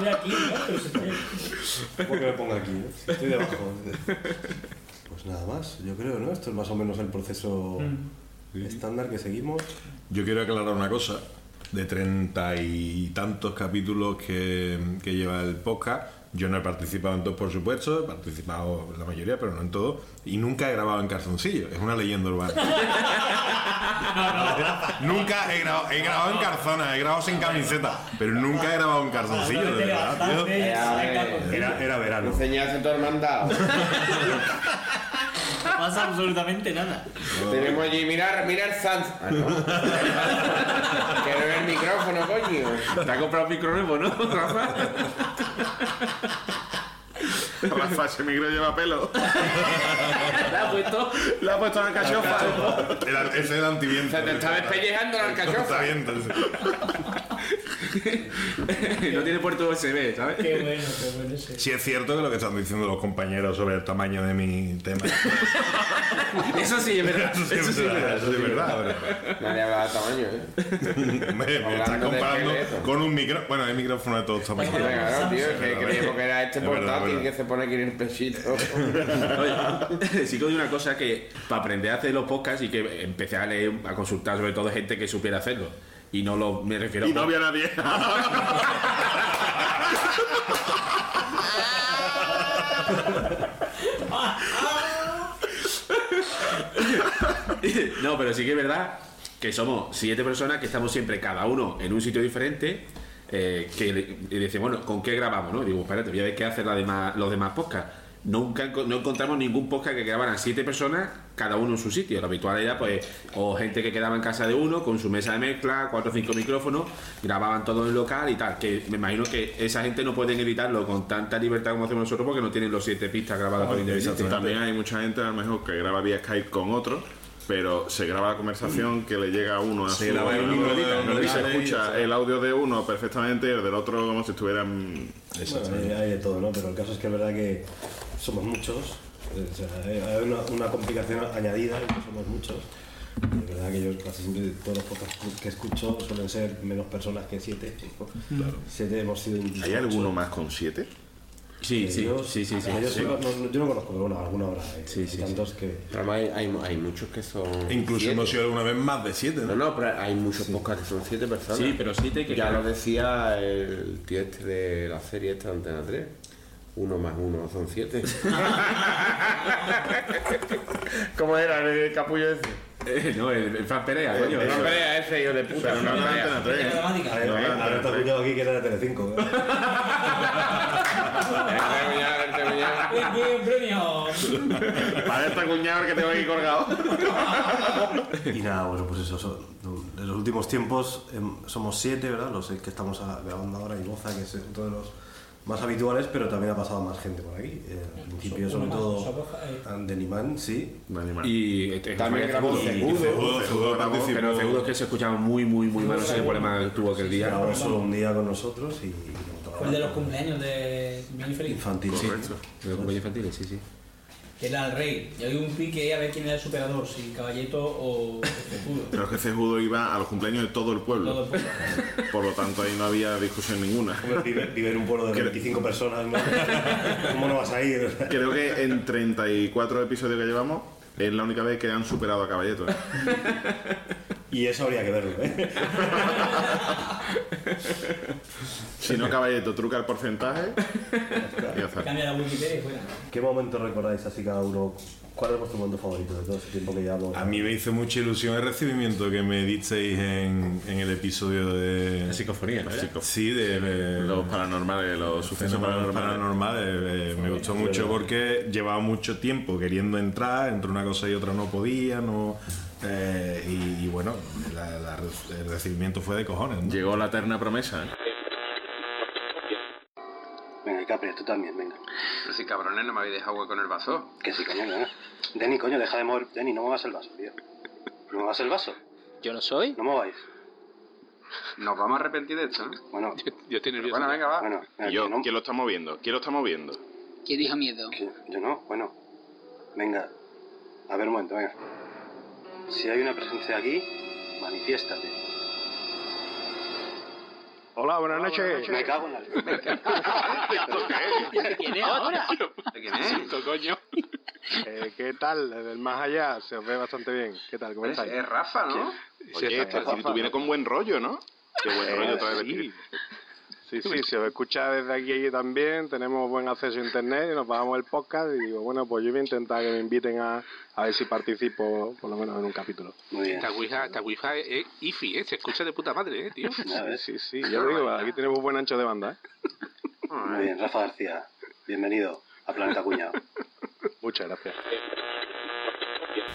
Speaker 5: Mira aquí, ¿no? Pero se fue-
Speaker 3: ¿Cómo que me pongo aquí? eh? Si Estoy debajo. Pues nada más, yo creo, ¿no? Esto es más o menos el proceso Mm. estándar que seguimos.
Speaker 4: Yo quiero aclarar una cosa. De treinta y tantos capítulos que, que lleva el podcast, yo no he participado en todos, por supuesto, he participado en la mayoría, pero no en todos, y nunca he grabado en calzoncillo, es una leyenda urbana. nunca he grabado, he grabado en calzonas, he grabado sin camiseta, pero nunca he grabado en calzoncillo, de
Speaker 5: Te
Speaker 4: verdad,
Speaker 5: levantaste,
Speaker 4: tío.
Speaker 5: saca-
Speaker 2: Ya,
Speaker 4: Era, era verano.
Speaker 2: Enseñarse tu hermandad.
Speaker 5: No pasa absolutamente nada.
Speaker 2: Tenemos allí, mirar, mirar Sans. Ah, no. Quiero ver el micrófono, coño.
Speaker 7: Te ha comprado un micrófono, ¿no, Rafa?
Speaker 6: Rafa, ese micro lleva pelo.
Speaker 7: Te ha puesto.
Speaker 6: Le ha puesto una cachofa.
Speaker 4: Era- ese es el antiviento.
Speaker 7: Se te está despellejando la alcachofa.
Speaker 4: Antiviento, sí.
Speaker 7: no tiene puerto USB, ¿sabes?
Speaker 5: Qué bueno, qué bueno ese.
Speaker 4: Sí es cierto que lo que están diciendo los compañeros sobre el tamaño de mi tema.
Speaker 7: Eso sí, es verdad.
Speaker 4: Eso sí es verdad, eso sí es verdad.
Speaker 2: Nadie hablaba de tamaño, ¿eh?
Speaker 4: pero- Me, me estás
Speaker 2: Hablando de
Speaker 4: comparando
Speaker 2: esqueleto.
Speaker 4: con un micro... Bueno, hay micrófono de todos tamaños.
Speaker 2: Venga, claro, tío, que creíamos que era este
Speaker 4: Es verdad,
Speaker 2: portátil
Speaker 4: verdad.
Speaker 2: que se pone aquí en el pechito.
Speaker 7: Oye, sí que digo una cosa que para aprender a hacer los podcasts y que empecé a leer, a consultar sobre todo gente que supiera hacerlo. Y no lo me refiero
Speaker 6: Y no había nadie.
Speaker 7: No, pero sí que es verdad que somos siete personas que estamos siempre cada uno en un sitio diferente. eh, que le- y dice, bueno, ¿con qué grabamos? No? Y digo, espérate, voy a ver qué hacen las demás- los demás podcasts. Nunca enco- no encontramos ningún podcast que grabaran siete personas, cada uno en su sitio. Lo habitual era, pues, o gente que quedaba en casa de uno con su mesa de mezcla, cuatro o cinco micrófonos, grababan todo en local y tal. Que me imagino que esa gente no pueden editarlo con tanta libertad como hacemos nosotros porque no tienen los siete pistas grabadas por individuo.
Speaker 6: También hay mucha gente, a lo mejor, que graba vía Skype con otro. Pero se graba la conversación que le llega a uno a su
Speaker 4: graba en un
Speaker 6: ordenador
Speaker 4: micro de uno,
Speaker 6: y se
Speaker 4: dale,
Speaker 6: escucha el audio de uno perfectamente y el del otro como si estuvieran
Speaker 3: Bueno, hay, hay de todo, ¿no? Pero el caso es que es verdad que somos muchos. eh, O sea, hay- hay una, una complicación añadida, que somos muchos. Y Es verdad que yo casi siempre todos los podcasts que escucho suelen ser menos personas que siete. Claro. Siete hemos sido
Speaker 6: ¿Hay alguno más con siete?
Speaker 7: Sí, sí, sí, sí, sí.
Speaker 3: Ah, yo,
Speaker 7: sí.
Speaker 3: solo- no- no- yo no conozco, pero bueno, alguna habrá. eh.
Speaker 7: Sí,
Speaker 3: Hay
Speaker 7: sí, sí.
Speaker 3: tantos que.
Speaker 2: Pero hay, hay, hay muchos que son.
Speaker 4: Incluso
Speaker 2: siete.
Speaker 4: hemos sido alguna vez más de siete,
Speaker 2: No,
Speaker 4: ¿no?
Speaker 2: no, pero hay muchos podcasts que son siete personas.
Speaker 7: Sí, pero siete que
Speaker 2: Ya lo decía el tío este de la serie esta de Antena 3. Uno más uno son siete. ¿Cómo era el capullo ese?
Speaker 7: Eh, no, el, el Fran Perea,
Speaker 2: El
Speaker 7: coño.
Speaker 2: Fran Perea, ese hijo de puta.
Speaker 7: Eso
Speaker 2: no,
Speaker 7: no
Speaker 2: no,
Speaker 7: era
Speaker 2: no.
Speaker 7: Antena tres.
Speaker 3: Ahora está escuchado aquí que era de Telecinco. ¿eh?
Speaker 5: ¡Aquí hay un premio!
Speaker 6: Para esta cuñada que tengo aquí colgado.
Speaker 3: Y nada, bueno, pues eso, so- en los últimos tiempos em, somos siete, ¿verdad? Los seis que estamos a- grabando ahora y Goza, que es uno de los más habituales, pero también ha pasado más gente por aquí. Eh, al principio, sobre
Speaker 5: uno más, o sea,
Speaker 3: todo,
Speaker 5: Goza, eh.
Speaker 3: Delimán, sí.
Speaker 7: Y este,
Speaker 2: También
Speaker 7: fue
Speaker 2: grabó
Speaker 7: Cejudo.
Speaker 2: Cejudo.
Speaker 7: Cejudo,
Speaker 4: Cejudo
Speaker 7: grabó,
Speaker 4: participó.
Speaker 7: Pero Cejudo es que se escuchaba muy, muy, muy mal. No sé qué problema tuvo aquel día.
Speaker 3: Grabó solo un día con nosotros y... y como
Speaker 5: Fue el de los
Speaker 3: tocaba-
Speaker 5: cumpleaños de Cumpleaños Feliz.
Speaker 3: Infantil, sí.
Speaker 7: De los compañeros infantiles, sí, sí.
Speaker 5: Que era el rey. Y había un pique a ver quién era el superador, si Caballeto o
Speaker 6: Pero
Speaker 5: Escudo.
Speaker 6: es que ese judo iba a los cumpleaños de todo el
Speaker 5: Todo el
Speaker 6: pueblo.
Speaker 5: pueblo.
Speaker 6: Por lo tanto, ahí no había discusión ninguna.
Speaker 3: Hombre, Vive, vive en un pueblo de
Speaker 6: Creo-
Speaker 3: 25 personas, ¿no? ¿cómo no vas a ir?
Speaker 6: Creo que en 34 episodios que llevamos, es la única vez que han superado a Caballeto. ¿eh?
Speaker 3: Y eso habría que verlo, ¿eh?
Speaker 6: Si no, Caballeto truca el porcentaje y ya está.
Speaker 5: Cambia la Wikipedia y fuera.
Speaker 3: ¿Qué momento recordáis así cada uno? ¿Cuál es vuestro momento favorito de todo ese tiempo que llevamos?
Speaker 4: A mí me hizo mucha ilusión el recibimiento que me disteis en, en el episodio de.
Speaker 7: La psicofonía, ¿no? era?
Speaker 4: Sí, de. de-
Speaker 6: Los paranormales, los sucesos
Speaker 4: fenómenos
Speaker 6: paranormales.
Speaker 4: paranormales. eh, me gustó mucho porque llevaba mucho tiempo queriendo entrar, entre una cosa y otra no podía, no. eh, y, y bueno, la- la- el recibimiento fue de cojones. ¿no?
Speaker 6: Llegó la eterna promesa. ¿eh?
Speaker 11: Venga, Capri, tú también, venga.
Speaker 12: Pero si cabrones no me habéis dejado hueco en el vaso.
Speaker 11: Que sí, coño, venga. Denny, coño, deja de mover. Denny, no muevas el vaso, tío. No muevas el vaso.
Speaker 10: Yo no soy.
Speaker 11: No mováis.
Speaker 12: Nos vamos a arrepentir de esto, ¿no?
Speaker 11: Bueno,
Speaker 12: Yo estoy nervioso. Bueno, venga, va.
Speaker 11: bueno. venga,
Speaker 6: Y Yo,
Speaker 11: Ah, que no-
Speaker 6: ¿quién lo está moviendo? ¿Quién lo está moviendo?
Speaker 10: ¿Quién dijo miedo?
Speaker 11: que- yo no, bueno. Venga. A ver, un momento, venga. Si hay una presencia aquí, manifiéstate.
Speaker 12: Hola, buenas noches.
Speaker 11: Me cago en la leche.
Speaker 10: ¿Quién es ahora?
Speaker 12: ¿De quién es?
Speaker 9: Eh, ¿Qué tal? Desde el más allá se os ve bastante bien. ¿Qué tal? ¿Cómo
Speaker 11: Pues,
Speaker 12: Es,
Speaker 9: estáis?
Speaker 11: eh,
Speaker 12: es Rafa, ¿no?
Speaker 6: Oye, este espíritu viene con buen rollo, ¿no? Qué
Speaker 11: Eh,
Speaker 6: buen rollo trae el espíritu.
Speaker 9: sí. sí, sí, se os escucha desde aquí y allí también. Tenemos buen acceso a internet y nos bajamos el podcast. Y digo, bueno, pues yo voy a intentar que me inviten a, a ver si participo por lo menos en un capítulo.
Speaker 11: Muy bien.
Speaker 12: Esta Ouija, esta Ouija es, es ifi, ¿eh? Se escucha de puta madre, ¿eh, tío?
Speaker 11: A
Speaker 9: Sí,
Speaker 11: ver.
Speaker 9: sí, sí. Yo digo, aquí tenemos buen ancho de banda. ¿eh?
Speaker 11: Muy bien, Rafa García. Bienvenido a Planeta Cuñado.
Speaker 9: Muchas gracias.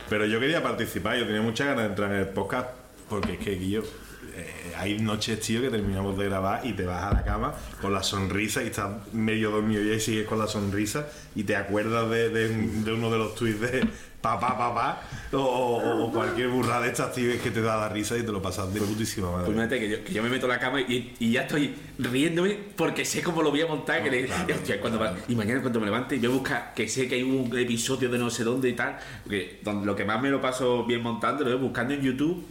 Speaker 4: Pero yo quería participar, yo tenía muchas ganas de entrar en el podcast, porque es que, Guillo, eh, hay noches, tío, que terminamos de grabar y te vas a la cama con la sonrisa y estás medio dormido y ahí sigues con la sonrisa y te acuerdas de, de- de uno de los tweets de papá, papá, o, o- o cualquier burrada de estas, tío, es que te da la risa y te lo pasas de putísima
Speaker 7: Pues
Speaker 4: madre.
Speaker 7: imagínate que yo, que yo me meto en la cama y, y ya estoy riéndome porque sé cómo lo voy a montar. que le-
Speaker 4: claro,
Speaker 7: hostia, cuando
Speaker 4: claro.
Speaker 7: va- y mañana cuando me levante y voy a buscar, que sé que hay un episodio de no sé dónde y tal, que donde lo que más me lo paso bien montando lo es buscando en YouTube.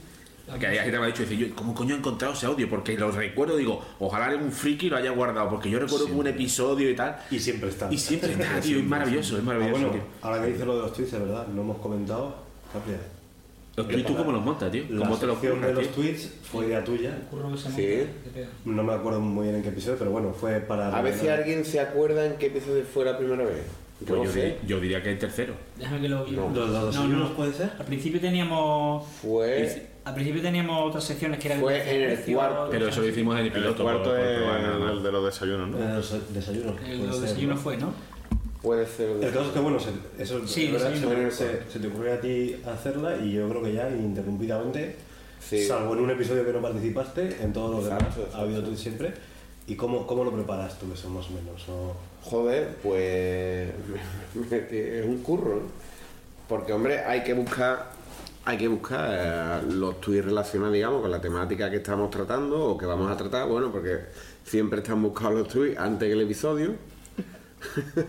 Speaker 7: Que hay gente que me ha dicho, dice, yo, ¿cómo coño he encontrado ese audio? Porque lo recuerdo, digo, ojalá algún friki lo haya guardado, porque yo recuerdo un episodio y tal.
Speaker 3: Y siempre está.
Speaker 7: Y siempre está, tío, es maravilloso, es
Speaker 3: Ah,
Speaker 7: maravilloso.
Speaker 3: bueno,
Speaker 7: tío.
Speaker 3: ahora que dices lo de los tweets, es verdad, no hemos comentado. Capri,
Speaker 7: Los tweets, ¿tú cómo los montas, tío?
Speaker 3: La
Speaker 7: ¿Cómo te los
Speaker 3: sección de
Speaker 7: curras,
Speaker 3: los
Speaker 7: tío?
Speaker 3: tweets fue idea tuya.
Speaker 5: Curro que se monta.
Speaker 2: Sí.
Speaker 5: Qué pena.
Speaker 3: No me acuerdo muy bien en qué episodio, pero bueno, fue para.
Speaker 2: A ver si alguien se acuerda en qué episodio fue la primera vez. Yo
Speaker 7: Pues
Speaker 2: no
Speaker 7: yo,
Speaker 2: sé.
Speaker 7: di- yo diría que el tercero.
Speaker 5: Déjame que lo
Speaker 2: No.
Speaker 3: ¿Los dados
Speaker 5: No,
Speaker 3: ayunos
Speaker 5: no.
Speaker 3: puede ser?
Speaker 5: Al principio teníamos.
Speaker 2: Fue.
Speaker 5: Al principio teníamos otras secciones que eran.
Speaker 2: Eh. Fue en el cuarto.
Speaker 7: Pero eso lo hicimos en el
Speaker 6: El
Speaker 7: piloto. por-
Speaker 6: cuarto
Speaker 7: por
Speaker 6: es
Speaker 7: probar nada más.
Speaker 6: el de los desayunos,
Speaker 3: Eh,
Speaker 6: ¿no?
Speaker 3: los desayunos.
Speaker 5: El
Speaker 3: puede ser,
Speaker 5: desayuno
Speaker 3: ¿no?
Speaker 5: fue, ¿no?
Speaker 2: Puede ser.
Speaker 3: El caso es que, bueno, se- eso
Speaker 5: Sí,
Speaker 3: es verdad, se,
Speaker 5: desayuno.
Speaker 3: se- se te ocurrió a ti hacerla y yo creo que ya ininterrumpidamente,
Speaker 2: Sí.
Speaker 3: salvo en un episodio que no participaste, en todos los demás
Speaker 2: Exacto, exacto.
Speaker 3: ha habido tú siempre. ¿Y cómo, cómo lo preparas tú eso más o menos? O-
Speaker 2: Joder, pues es un curro, ¿no? porque hombre, hay que buscar, hay que buscar eh, los tweets relacionados, digamos, con la temática que estamos tratando o que vamos a tratar, bueno, porque siempre están buscados los tweets antes que el episodio.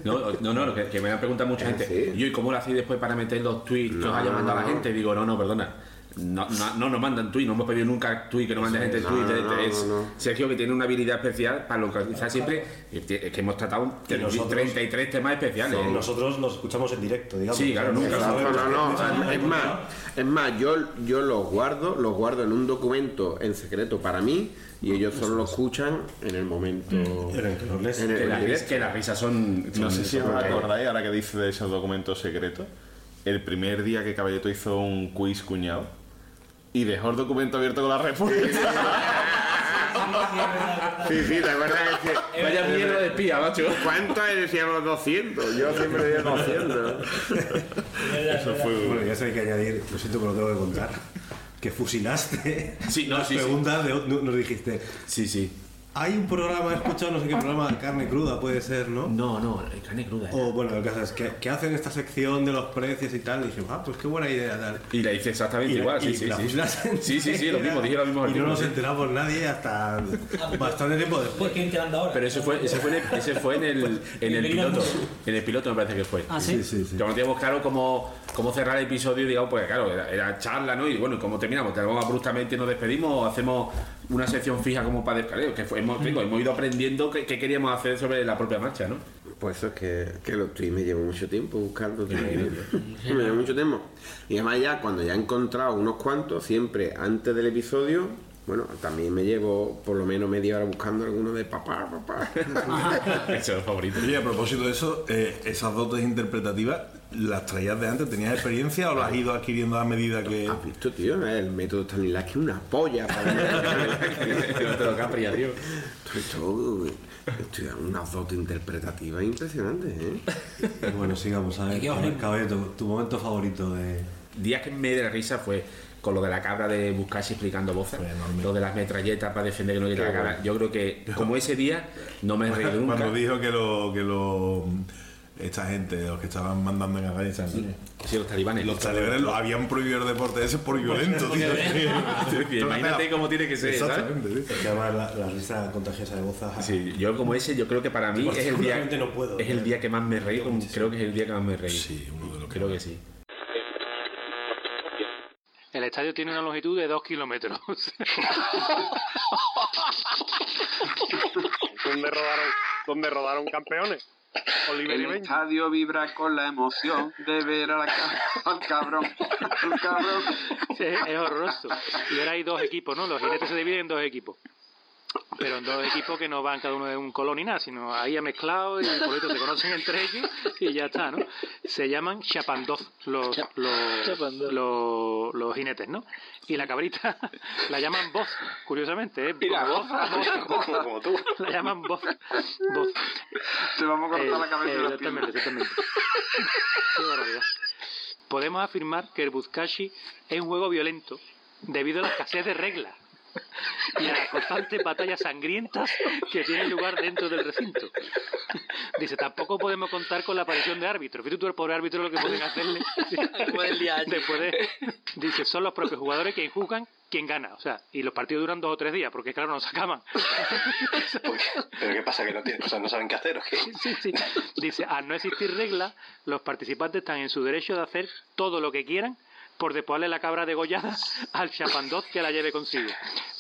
Speaker 7: No, no, no, que, que me han preguntado mucha
Speaker 2: Ah,
Speaker 7: gente.
Speaker 2: sí.
Speaker 7: Yo, ¿y cómo lo hacéis después para meter los tweets que os haya mandado la gente? Y digo, no, no, perdona. No, no, no nos mandan tweets, no hemos pedido nunca tweet que nos mande gente
Speaker 2: no,
Speaker 7: tweet.
Speaker 2: no, no,
Speaker 7: es
Speaker 2: no, no.
Speaker 7: Sergio que tiene una habilidad especial para localizar siempre. Es que hemos tratado
Speaker 3: Y nosotros-
Speaker 7: 33 temas especiales.
Speaker 3: Sí,
Speaker 7: ¿eh?
Speaker 3: Nosotros los escuchamos en directo, digamos.
Speaker 7: Sí, claro, nunca
Speaker 3: Sabemos
Speaker 7: lo-
Speaker 3: que-
Speaker 13: No,
Speaker 3: sabemos
Speaker 13: no, es
Speaker 3: que-
Speaker 13: más, es más, yo, yo los guardo, los guardo en un documento en secreto para mí y ellos solo lo escuchan en el momento. en el
Speaker 7: que, las ris-
Speaker 13: directo.
Speaker 7: que las risas son.
Speaker 13: No
Speaker 7: son-
Speaker 13: sé si
Speaker 7: son-
Speaker 13: os
Speaker 6: acordáis ahora que dice de esos documentos secretos? El primer día que Caballeto hizo un quiz cuñado y dejó el documento abierto con la respuesta.
Speaker 2: Ah,
Speaker 13: Sí, sí, ¿te acuerdas? Es que-
Speaker 7: Vaya mierda de espía, macho.
Speaker 6: pues,
Speaker 13: ¿Cuántos decíamos 200? Yo siempre decía 200.
Speaker 3: Eso fue. Bueno, ya sé que añadir, lo siento, pero lo tengo que contar. Que fusilaste
Speaker 7: Sí, no,
Speaker 3: las
Speaker 7: sí, sí.
Speaker 3: preguntas, de- no- nos dijiste.
Speaker 7: Sí, sí.
Speaker 3: Hay un programa, he escuchado no sé qué programa de carne cruda, puede ser, ¿no?
Speaker 7: No, no, carne cruda. eh.
Speaker 3: O bueno, el caso es que, que hacen esta sección de los precios y tal. Y dije, ah, pues qué buena idea tal.
Speaker 7: Y la hice exactamente
Speaker 3: Y la-
Speaker 7: igual,
Speaker 3: y
Speaker 7: sí, sí,
Speaker 3: la
Speaker 7: sí.
Speaker 3: fusilaste
Speaker 7: Sí, sí, sí, lo mismo, dije lo mismo.
Speaker 3: Y no nos enteramos nadie hasta bastante tiempo después.
Speaker 5: Estoy enterando ahora.
Speaker 7: Pero ese fue, ese fue, en el, ese fue en, el, en el
Speaker 5: Bienvenido
Speaker 7: piloto.
Speaker 5: al mundo.
Speaker 7: En el piloto me parece que fue.
Speaker 5: Ah, ¿sí? Sí,
Speaker 3: sí, sí.
Speaker 7: Que no teníamos claro cómo, cómo cerrar el episodio, digamos, porque claro, era, era charla, ¿no? Y bueno, ¿y ¿cómo terminamos? ¿Terminamos abruptamente y nos despedimos o hacemos una sección fija como para descargar? Que fue- hemos, digo, hemos ido aprendiendo qué, qué queríamos hacer sobre la propia marcha, ¿no?
Speaker 13: Pues eso es que, que los tweets me llevo mucho tiempo buscando. me llevo mucho tiempo. Y además ya cuando ya he encontrado unos cuantos, siempre antes del episodio, bueno, también me llevo por lo menos media hora buscando alguno de papá, papá.
Speaker 7: Eso es lo favorito.
Speaker 4: Oye, a propósito de eso, eh, esas dotes interpretativas, ¿las traías de antes? ¿Tenías experiencia o las has ido adquiriendo a medida que.?
Speaker 13: ¿Has visto, tío? El método Stanislavski es una polla. no
Speaker 7: te lo capria, tío.
Speaker 13: Estoy dando unas dotes interpretativas impresionantes, ¿eh?
Speaker 3: Y bueno, sigamos a ver.
Speaker 5: Qué
Speaker 3: a ver,
Speaker 5: horrible.
Speaker 3: Caballo, tu, tu momento favorito de.
Speaker 7: días que me de la risa fue con lo de la cabra de buscarse explicando voces, lo de las metralletas para defender que no quiera la cabra. Yo creo que como ese día no me he reído nunca.
Speaker 4: Cuando dijo que lo. Que lo esta gente, los que estaban mandando en Afganistán.
Speaker 7: Sí, los talibanes.
Speaker 4: Los talibanes lo habían prohibido el deporte ese por violento, tío.
Speaker 7: Sí, Imagínate cómo tiene que ser, ¿sabes?
Speaker 4: Exactamente, tío.
Speaker 3: Que además la, la risa contagiosa de Boza.
Speaker 7: Sí, yo como ese, yo creo que para mí
Speaker 3: Yo
Speaker 7: es el día,
Speaker 3: particularmente no puedo,
Speaker 7: es el
Speaker 3: ¿eh?
Speaker 7: día que más me reí, como- creo que es el día que más me reí. Sí, creo que sí.
Speaker 8: El estadio tiene una longitud de 2 kilómetros.
Speaker 9: ¿Dónde rodaron, dónde rodaron campeones? Oliver y
Speaker 12: El
Speaker 9: Benji.
Speaker 12: estadio vibra con la emoción de ver a la ca- al cabrón. Al cabrón.
Speaker 8: es, es horroroso. Y ahora hay dos equipos, ¿no? Los jinetes se dividen en dos equipos. Pero en dos equipos que no van cada uno de un color ni nada, sino ahí mezclados y por eso se conocen entre ellos y ya está, ¿no? Se llaman Chapandoz los, los,
Speaker 10: Chapandoz.
Speaker 8: los, los jinetes, ¿no? Y la cabrita la llaman Voz, curiosamente, ¿eh?
Speaker 12: Mira,
Speaker 8: Voz,
Speaker 12: Goza,
Speaker 8: Voz.
Speaker 12: Goza, como tú.
Speaker 8: La llaman Voz, Voz.
Speaker 12: Te vamos a cortar
Speaker 8: Eh,
Speaker 12: la cabeza
Speaker 8: eh,
Speaker 12: y las
Speaker 8: exactamente,
Speaker 12: piernas.
Speaker 8: exactamente. Qué barbaridad. Podemos afirmar que el Buzkashi es un juego violento debido a la escasez de reglas y a las constantes batallas sangrientas que tienen lugar dentro del recinto. Dice, tampoco podemos contar con la aparición de árbitros. Fíjate tú el pobre árbitro lo que pueden hacerle.
Speaker 10: Después del día.
Speaker 8: Después de- dice, son los propios jugadores quien juzgan quien gana. O sea, y los partidos duran dos o tres días, porque claro, no se acaban.
Speaker 11: Pero ¿qué pasa? Que no, tienen, o sea, no saben qué hacer. ¿o qué?
Speaker 8: Sí, sí. Dice, al no existir reglas, los participantes están en su derecho de hacer todo lo que quieran por despojarle la cabra degollada al chapandoz que la lleve consigo.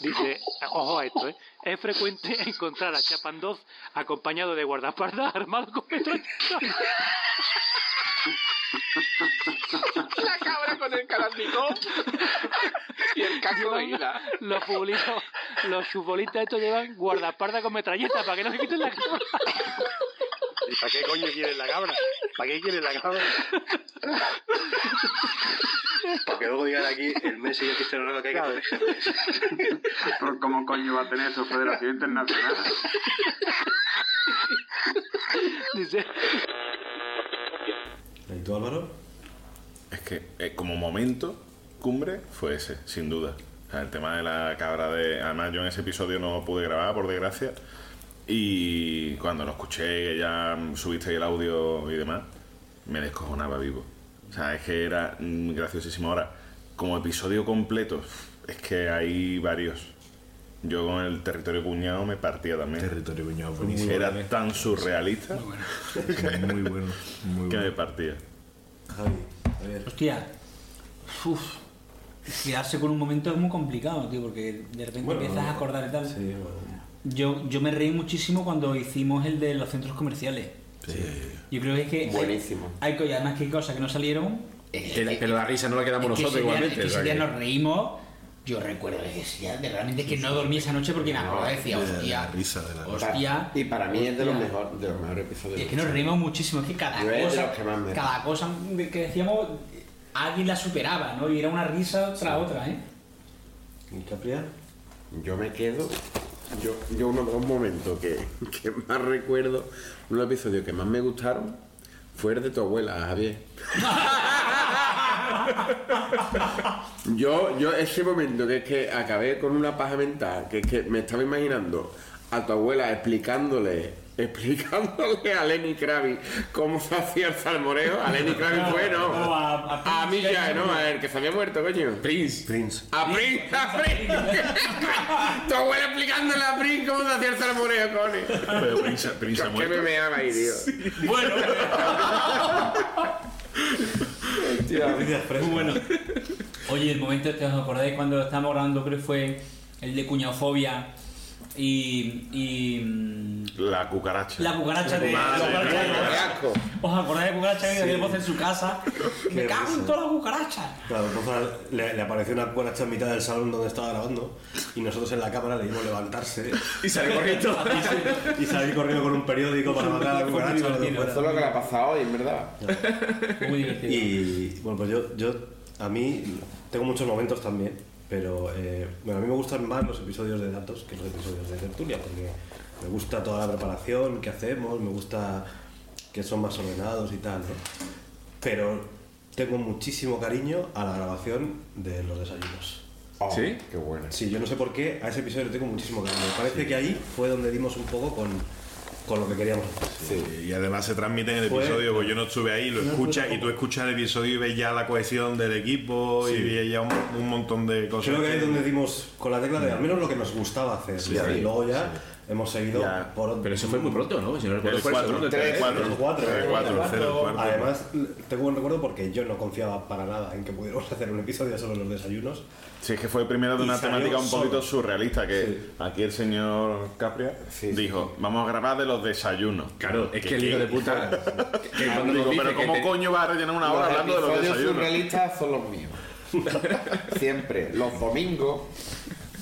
Speaker 8: Dice, ojo a esto, ¿eh? es frecuente encontrar a chapandoz acompañado de guardaespaldas armado con metralleta.
Speaker 12: La cabra con el calandicón y el casco de águila.
Speaker 8: Los futbolistas, los futbolistas estos llevan guardaespaldas con metralleta para que no se quiten la cabra.
Speaker 9: ¿Y para qué coño quieren la cabra? ¿Para qué quieren la cabra?
Speaker 11: Porque luego digan aquí el Messi y el Cristiano Ronaldo que hay que
Speaker 9: Claro.
Speaker 11: proteger.
Speaker 12: Pero ¿Cómo coño va a tener eso Federación Internacional?
Speaker 8: Dice,
Speaker 3: ¿Y tú, Álvaro?
Speaker 6: Es que eh, como momento cumbre fue ese, sin duda. O sea, el tema de la cabra de... Además yo en ese episodio no pude grabar, por desgracia. Y cuando lo escuché, que ya mm, subiste el audio y demás, me descojonaba vivo. O sea, es que era mm, graciosísimo. Ahora, como episodio completo, es que hay varios. Yo con el territorio cuñado me partía también.
Speaker 4: Territorio cuñado, buenísimo.
Speaker 6: era tan surrealista
Speaker 4: Muy bueno, muy
Speaker 6: que
Speaker 4: bueno.
Speaker 6: me partía.
Speaker 3: Javi, Javier.
Speaker 5: Hostia. Uf. quedarse con un momento es muy complicado, tío, porque de repente
Speaker 3: Bueno,
Speaker 5: empiezas a acordar y tal.
Speaker 3: Sí, bueno.
Speaker 5: Yo, yo me reí muchísimo cuando hicimos el de los centros comerciales. Yo creo que es que. hay-
Speaker 7: Buenísimo.
Speaker 5: Hay, co- y además que hay cosas que no salieron.
Speaker 7: Que la- pero la risa no la quedamos
Speaker 5: Es que
Speaker 7: nosotros
Speaker 5: ese día-
Speaker 7: igualmente,
Speaker 5: es que ese
Speaker 7: o sea
Speaker 5: día
Speaker 7: que-
Speaker 5: nos reímos. Yo recuerdo que ese día de- realmente es que no dormí esa noche porque me acordaba decía,
Speaker 2: de la
Speaker 5: hostia.
Speaker 4: risa de la
Speaker 5: Hostia.
Speaker 2: Y para mí es de los
Speaker 5: Hostia.
Speaker 2: mejores, de los mejores episodios.
Speaker 5: Es que nos reímos muchísimo, es que cada
Speaker 2: Yo es de
Speaker 5: cosa,
Speaker 2: los que más me río.
Speaker 5: cada cosa que decíamos, alguien la superaba, ¿no? Y era una risa tras otra, ¿eh?
Speaker 13: Yo me quedo. Yo, yo uno de los momentos que, que más recuerdo, uno de los episodios que más me gustaron, fue el de tu abuela, Javier. Yo, yo ese momento que es que acabé con una paja mental, que es que me estaba imaginando a tu abuela explicándole, explicándole a Lenny Kravitz cómo se hacía el salmoreo. A Lenny Kravitz fue, ¿no?
Speaker 5: No, a-
Speaker 13: a, mí ya, ¿no? A el que se había muerto, coño.
Speaker 7: Prince.
Speaker 3: Prince.
Speaker 13: A Prince, a Prince. tu abuela explicándole a Prince cómo se hacía el salmoreo, coño.
Speaker 6: Pero Prince, Prince ha
Speaker 13: ¿Qué me
Speaker 6: muerto.
Speaker 13: meaba ahí, tío?
Speaker 5: Bueno,
Speaker 3: Muy
Speaker 5: bueno. Oye, el momento este, ¿os acordáis cuando estábamos grabando? Creo que fue el de cuñafobia y. y mm,
Speaker 6: La cucaracha.
Speaker 5: la cucaracha de.
Speaker 6: Madre
Speaker 5: la cucaracha de-
Speaker 6: mía, qué asco.
Speaker 5: ¿Os acordáis de la cucaracha que había voz en su casa? Me
Speaker 3: Qué
Speaker 5: cago en
Speaker 3: risa.
Speaker 5: todas las cucarachas.
Speaker 3: Claro, entonces le, le apareció una cucaracha en mitad del salón donde estaba grabando y nosotros en la cámara le dimos levantarse
Speaker 7: Y salió corriendo.
Speaker 3: y, y salir corriendo con un periódico para matar a la
Speaker 5: Fue muy
Speaker 3: cucaracha. lo que
Speaker 5: divertido.
Speaker 3: fuera.
Speaker 13: Eso es lo que le ha pasado hoy, en verdad.
Speaker 5: Muy divertido.
Speaker 3: Y bueno, pues yo, yo a mí tengo muchos momentos también, pero eh, bueno, a mí me gustan más los episodios de datos que los episodios de tertulia, porque me gusta toda la preparación que hacemos, me gusta que son más ordenados y tal, ¿no? Pero tengo muchísimo cariño a la grabación de los desayunos.
Speaker 7: ¿Sí?
Speaker 13: Oh, Qué bueno.
Speaker 3: Sí, yo no sé por qué a ese episodio le tengo muchísimo cariño. Me parece que ahí fue donde dimos un poco con, con lo que queríamos hacer.
Speaker 4: Sí, y además se transmite en el
Speaker 3: Fue-
Speaker 4: episodio, pues yo no estuve ahí, lo
Speaker 3: No,
Speaker 4: escuchas
Speaker 3: fue
Speaker 4: y tú escuchas el episodio y ves ya la cohesión del equipo y
Speaker 3: Sí.
Speaker 4: ves ya un, un montón de cosas.
Speaker 3: Creo que ahí es donde dimos con la tecla de al menos lo que nos gustaba hacer.
Speaker 4: Sí,
Speaker 3: y
Speaker 4: sí,
Speaker 3: luego ya hemos seguido
Speaker 4: Ya.
Speaker 3: por
Speaker 7: Pero eso fue muy pronto, ¿no? Si no recuerdo,
Speaker 4: El
Speaker 7: fue el
Speaker 4: cuatro,
Speaker 7: segundo, el
Speaker 4: tres,
Speaker 7: tercero.
Speaker 4: cuatro.
Speaker 3: los cuatro.
Speaker 4: El
Speaker 3: ¿eh?
Speaker 4: cuatro, el cero, el cuarto.
Speaker 3: Además, tengo un recuerdo porque yo no confiaba para nada en que pudiéramos hacer un episodio sobre los desayunos.
Speaker 6: Sí, es que fue primero de
Speaker 3: Y
Speaker 6: una
Speaker 3: salió
Speaker 6: temática un
Speaker 3: solo.
Speaker 6: poquito surrealista, que aquí el señor Capria dijo, vamos a grabar de los desayunos.
Speaker 7: Claro, es que el hijo de puta. que cuando nos
Speaker 6: Digo,
Speaker 7: dice
Speaker 6: pero
Speaker 7: que
Speaker 6: ¿cómo
Speaker 7: te-
Speaker 6: coño va a rellenar una hora hablando de los
Speaker 2: episodios
Speaker 6: desayunos?
Speaker 2: surrealistas son los míos. Siempre. Los domingos,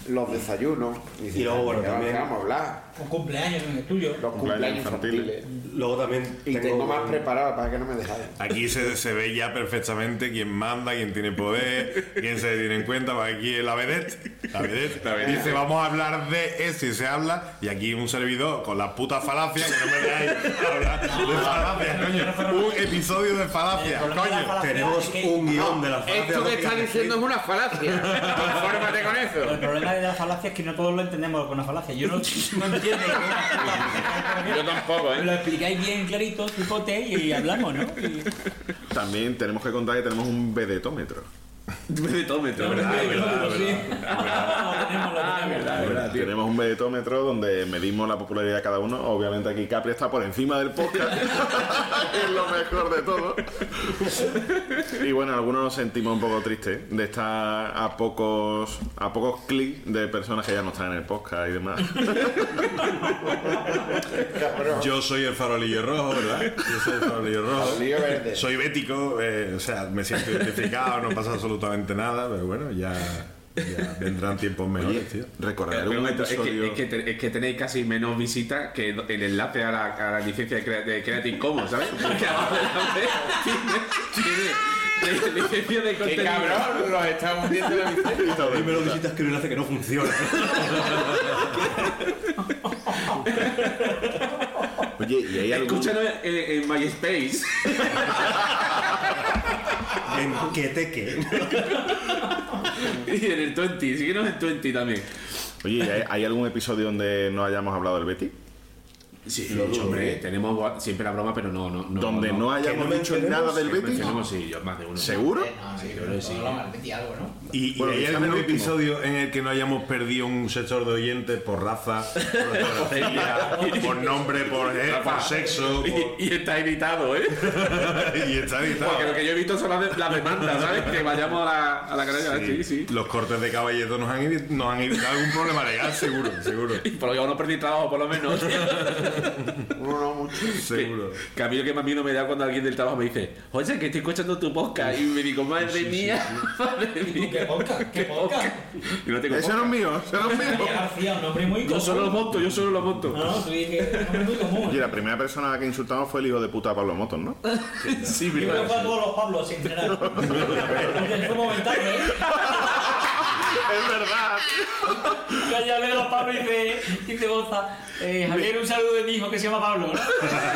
Speaker 2: los desayunos.
Speaker 3: Y luego, bueno,
Speaker 2: ¿de qué
Speaker 3: también-
Speaker 2: Vamos a hablar.
Speaker 5: Un cumpleaños en el tuyo.
Speaker 2: Los cumpleaños
Speaker 6: Cumpleaños
Speaker 2: infantiles.
Speaker 3: Luego también
Speaker 2: Y tengo, más preparado para que no me dejáis.
Speaker 4: Aquí se, se ve ya perfectamente quién manda, quién tiene poder, quién se tiene en cuenta. porque Aquí es la vedette, la vedette, dice, vamos a hablar de eso y se habla. Y aquí un servidor con las putas falacias, que no me dejáis hablar de falacias, coño. Un episodio de falacias, coño.
Speaker 3: Tenemos
Speaker 5: Es que-
Speaker 3: un guión de la
Speaker 13: Esto que está diciendo es una falacia. Confórmate con
Speaker 5: El
Speaker 13: eso.
Speaker 5: problema de las falacias es que no todos lo entendemos con las falacias. Yo no, no entiendo.
Speaker 13: Yo tampoco,
Speaker 7: ¿eh?
Speaker 5: Lo explicáis bien clarito, tipote, y hablamos, ¿no? Y-
Speaker 6: También tenemos que contar que tenemos un vedetómetro.
Speaker 7: Vedetómetro, ¿verdad?
Speaker 5: verdad, Lo tenemos, lo tenemos.
Speaker 6: Tenemos un vedetómetro donde medimos la popularidad de cada uno. Obviamente aquí Capria está por encima del podcast. es lo mejor de todo. y bueno, algunos nos sentimos un poco tristes de estar a pocos a pocos clics de personas que ya no están en el podcast y demás.
Speaker 4: Yo soy el farolillo rojo, ¿verdad? Yo soy el farolillo rojo.
Speaker 2: Farolillo verde.
Speaker 4: Soy bético, eh, o sea, me siento identificado, no pasa absolutamente nada, pero bueno, ya, ya vendrán tiempos mejores, tío.
Speaker 6: Recordar
Speaker 7: Pero
Speaker 6: un
Speaker 7: un momento, es,
Speaker 6: episodio.
Speaker 7: que, es que te- es que tenéis casi menos visitas que el enlace a la, a la licencia de, Crea- de Creative Commons, ¿sabes? Que abajo del enlace tiene- tiene licencia de
Speaker 13: Qué
Speaker 7: contenido.
Speaker 13: cabrón, los estamos viendo la miseria.
Speaker 3: Primero visitas que un enlace que no funciona.
Speaker 6: Oye, y hay algún-
Speaker 7: Escúchanos en, en MySpace.
Speaker 3: en queteque.
Speaker 7: y en el 20, síguenos en 20 también.
Speaker 6: Oye, ¿y ¿hay, hay algún episodio donde no hayamos hablado del Betty?
Speaker 7: Sí, dicho, hombre, ¿eh? tenemos gua- siempre la broma, pero no. no, no
Speaker 6: Donde no hayamos
Speaker 7: me
Speaker 6: dicho
Speaker 7: enteremos,
Speaker 6: nada del
Speaker 7: que Eh, me
Speaker 6: Betis.
Speaker 7: enteremos, sí, yo más de uno.
Speaker 6: ¿Seguro?
Speaker 7: Sí, yo creo que sí.
Speaker 4: Y, y
Speaker 7: Bueno,
Speaker 4: hay
Speaker 7: quizás
Speaker 4: algún
Speaker 7: el último.
Speaker 4: episodio en el que no hayamos perdido un sector de oyentes por raza, por geografía, por nombre, por, eh, por sexo.
Speaker 7: Y, y está editado, ¿eh?
Speaker 4: y está editado.
Speaker 7: Porque lo que yo he visto son las, de- las demandas, ¿sabes? Que vayamos a la, a la carrera. Sí, sí.
Speaker 4: Los cortes de caballeto nos han, evi- nos han evitado algún problema legal, seguro, seguro.
Speaker 7: Por lo que no perdí trabajo, por lo menos.
Speaker 4: Seguro.
Speaker 7: Que, que a mí lo que más miedo me da cuando alguien del trabajo me dice, oye, que estoy escuchando tu podcast. Y me digo, madre mía, madre mía. ¿Qué podcast? ¿Qué podcast? Y no tengo
Speaker 6: Eso no es mío, eso no es mío.
Speaker 5: García, un hombre muy
Speaker 7: Yo solo lo monto, yo solo lo monto.
Speaker 5: No, tú dices, un hombre muy común.
Speaker 6: Y la primera persona a la que insultamos fue el hijo de puta de Pablo Motos, ¿no?
Speaker 7: Sí,
Speaker 5: Yo creo que fue a todos los Pablos sin general. Porque fue momentáneo, ¿eh?
Speaker 6: Es verdad.
Speaker 5: Yo ya veo a los Pablos y dice, dice Boza, eh, Javier, un saludo de mi hijo que se llama Pablo.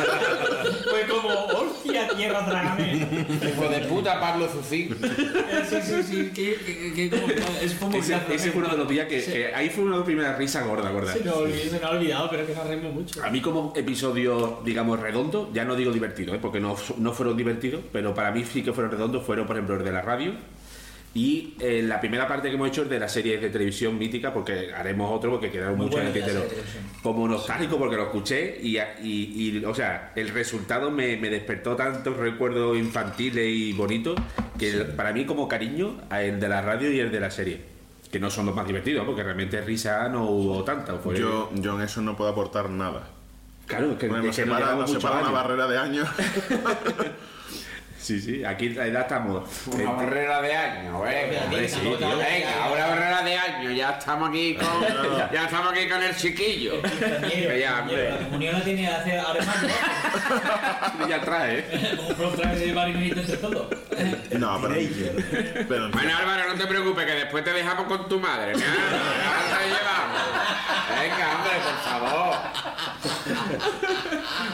Speaker 5: Fue como, hostia, tierra, trágame.
Speaker 2: Hijo de puta, Pablo Zucín.
Speaker 5: Eh, Sí, sí, sí, que, que, que, como, es como
Speaker 7: Ese, ese fue uno de los días que, que ahí fue una de las primeras risas gorda, gorda.
Speaker 5: Se me, ha olvidado, se me ha olvidado, pero es que me arreglo mucho.
Speaker 7: A mí como episodio, digamos, redondo, ya no digo divertido, ¿eh? porque no, no fueron divertidos, pero para mí sí que fueron redondos, fueron, por ejemplo, el de la radio. Y eh, la primera parte que hemos hecho es de la serie de televisión mítica, porque haremos otro porque quedaron
Speaker 5: Muy
Speaker 7: muchos en el
Speaker 5: buena la
Speaker 7: tintero.
Speaker 5: serie de televisión.
Speaker 7: Como nostálgico porque lo escuché y, y- y, o sea, el resultado me, me despertó tantos recuerdos infantiles y bonitos que el- para mí como cariño a el de la radio y el de la serie, que no son los más divertidos, porque realmente risa no hubo tanta. fue-
Speaker 6: Pues Yo, yo en eso no puedo aportar nada.
Speaker 7: Claro, es que,
Speaker 6: Bueno, nos
Speaker 7: es que no
Speaker 6: separa, nos
Speaker 7: llevamos muchos
Speaker 6: separa una
Speaker 7: años.
Speaker 6: barrera de años.
Speaker 7: Sí, sí, aquí la edad estamos.
Speaker 13: Una barrera de años,
Speaker 2: ¿eh?
Speaker 13: venga,
Speaker 7: Hombre, sí, tío.
Speaker 13: venga, una barrera de años, ya estamos aquí con, ya estamos aquí con el chiquillo.
Speaker 5: Compañero,
Speaker 13: Ya,
Speaker 5: compañero, La
Speaker 13: hombre.
Speaker 5: comunión la tiene hace Armando.
Speaker 7: ya trae, ¿eh?
Speaker 5: Como pro trae de marinito entre todos.
Speaker 6: No, pero. pero
Speaker 13: Bueno, Álvaro, no te preocupes, que después te dejamos con tu madre. Mira, ahora te llevamos. Venga, hombre, por favor.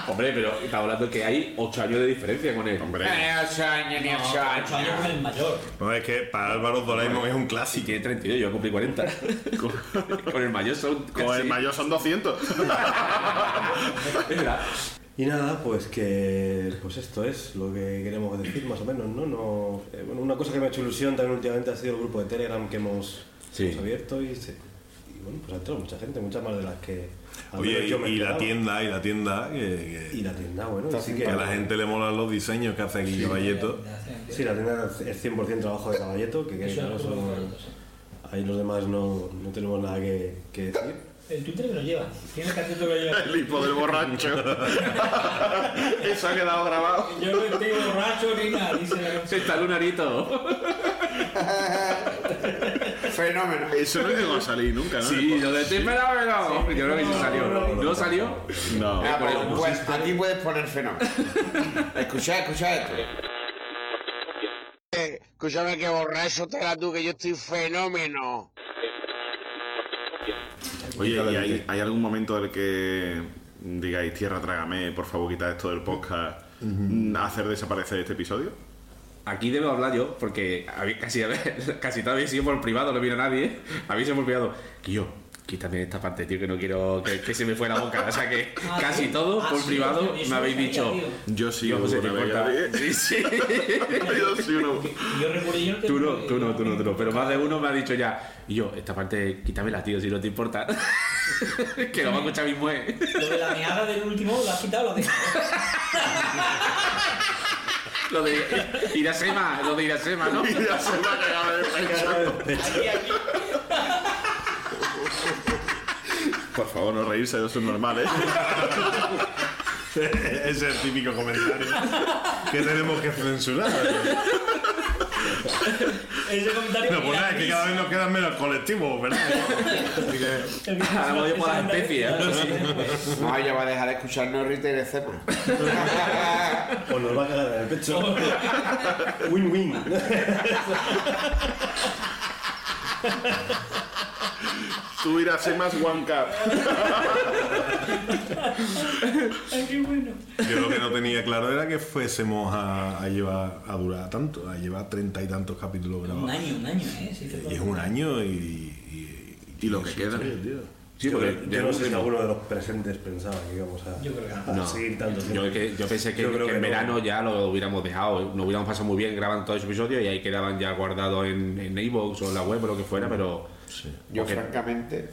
Speaker 7: Hombre, pero estamos hablando que hay 8 años de diferencia con él.
Speaker 6: Hombre.
Speaker 13: Ni ocho años, ni ocho
Speaker 5: Ocho años con
Speaker 13: años.
Speaker 5: el mayor.
Speaker 4: No, es que para Álvaro Doraemon es un
Speaker 7: Si
Speaker 4: clásico.
Speaker 7: tiene 32, yo cumplí 40. con, con el mayor son.
Speaker 6: Con el
Speaker 7: casi-
Speaker 6: mayor pues son 200.
Speaker 7: Es verdad.
Speaker 3: Y nada, pues que pues esto es lo que queremos decir más o menos, ¿no? no eh, bueno, una cosa que me ha hecho ilusión también últimamente ha sido el grupo de Telegram que hemos,
Speaker 7: Sí.
Speaker 3: hemos abierto y, se- y bueno, pues ha entrado mucha gente, muchas más de las que al
Speaker 4: Oye,
Speaker 3: menos
Speaker 4: y,
Speaker 3: yo me
Speaker 4: y la
Speaker 3: esperaba.
Speaker 4: tienda, y la tienda, que, que-
Speaker 3: Y la tienda, bueno, sí que
Speaker 4: que a la gente le molan los diseños que hace aquí Caballeto.
Speaker 3: Sí, la tienda es 100% trabajo de caballeto, que, que
Speaker 5: Eso
Speaker 3: claro,
Speaker 5: es
Speaker 3: eso-
Speaker 5: lo que me
Speaker 3: ahí los demás no, no tenemos nada que, que decir.
Speaker 5: El Twitter que lo lleva. Tiene que hacer lo que lo lleva.
Speaker 6: El hipo del borracho. Eso ha quedado grabado.
Speaker 5: Yo no estoy borracho ni nada, dice la
Speaker 7: Se está lunarito.
Speaker 13: Fenómeno.
Speaker 6: Eso no llegó a salir nunca, ¿no?
Speaker 7: Sí, yo de temprano, pero. Yo creo que sí
Speaker 3: no,
Speaker 7: salió.
Speaker 3: no.
Speaker 7: ¿No salió?
Speaker 6: No.
Speaker 13: Ah, pues, pues, aquí puedes poner fenómeno. Escucha, escucha esto. Eh, Escúchame que borracho te la tú, que yo estoy fenómeno.
Speaker 6: Oye, ¿y hay, hay algún momento en el que digáis, tierra, trágame, por favor, quita esto del podcast, hacer desaparecer este episodio?
Speaker 7: Aquí debo hablar yo, porque había- casi, casi todo había sido por privado, no vino nadie. Había sido por privado. Y yo, quítame esta parte, tío, que no quiero que, que se me fue la boca. O sea que
Speaker 5: Ah,
Speaker 7: casi
Speaker 5: sí.
Speaker 7: todo
Speaker 5: Ah,
Speaker 7: por
Speaker 5: sí,
Speaker 7: privado
Speaker 5: sí, sí,
Speaker 7: me habéis
Speaker 5: sí,
Speaker 7: dicho.
Speaker 5: tío.
Speaker 6: Yo sí,
Speaker 7: Tío,
Speaker 6: hubo
Speaker 7: José, te
Speaker 6: una vez que
Speaker 7: importa.
Speaker 6: la vi.
Speaker 7: Sí, sí.
Speaker 6: Yo sí, uno.
Speaker 5: Y yo recuerdo yo que-
Speaker 7: Tú no, tú no, tú no, tú no. Pero más de uno me ha dicho ya. Y yo, esta parte quítamela, tío, si no te importa. que lo va a escuchar mi mujer.
Speaker 5: Lo de la meada del último, ¿lo has quitado? Lo de...
Speaker 7: Lo de Irasema, lo de Irasema, ¿no?
Speaker 6: Y ya se me ha cagado el pecho.
Speaker 5: Aquí, aquí.
Speaker 6: Por favor, no reírse, eso es normal, ¿eh?
Speaker 4: Ese es el típico comentario que tenemos que censurar.
Speaker 5: Ese comentario.
Speaker 4: No, pues nada, es que cada vez nos quedan menos colectivos, ¿verdad? Así que-
Speaker 7: Ahora Ah, voy por las especies. ¿eh?
Speaker 13: No, ella va a dejar de escucharnos Rita y de Cepa.
Speaker 3: O nos va a cagar en el pecho. Win-win.
Speaker 6: Tú irás a más One Cup.
Speaker 5: Ay, qué bueno.
Speaker 4: Yo lo que no tenía claro era que fuésemos a, a llevar a durar tanto, a llevar treinta y tantos capítulos
Speaker 5: Un
Speaker 4: grabados.
Speaker 5: año, un año, ¿eh? Sí, que
Speaker 4: Y es
Speaker 5: todo.
Speaker 4: un año y. Y,
Speaker 6: Y lo que
Speaker 4: sí,
Speaker 6: queda.
Speaker 4: tío, tío.
Speaker 7: Sí,
Speaker 3: yo,
Speaker 7: porque
Speaker 3: creo-
Speaker 7: ya
Speaker 3: yo
Speaker 7: no
Speaker 3: no sé si
Speaker 7: tenemos.
Speaker 3: alguno de los presentes pensaba que íbamos a,
Speaker 5: Yo creo que
Speaker 3: a seguir tanto
Speaker 7: Yo,
Speaker 3: tiempo.
Speaker 7: es que- yo pensé que,
Speaker 3: Yo creo
Speaker 7: que en
Speaker 3: no.
Speaker 7: verano ya lo hubiéramos dejado, nos hubiéramos pasado muy bien grabando todos esos episodios y ahí quedaban ya guardados en, en iVoox o en la web o lo que fuera, pero.
Speaker 13: Yo,
Speaker 7: porque-
Speaker 13: francamente,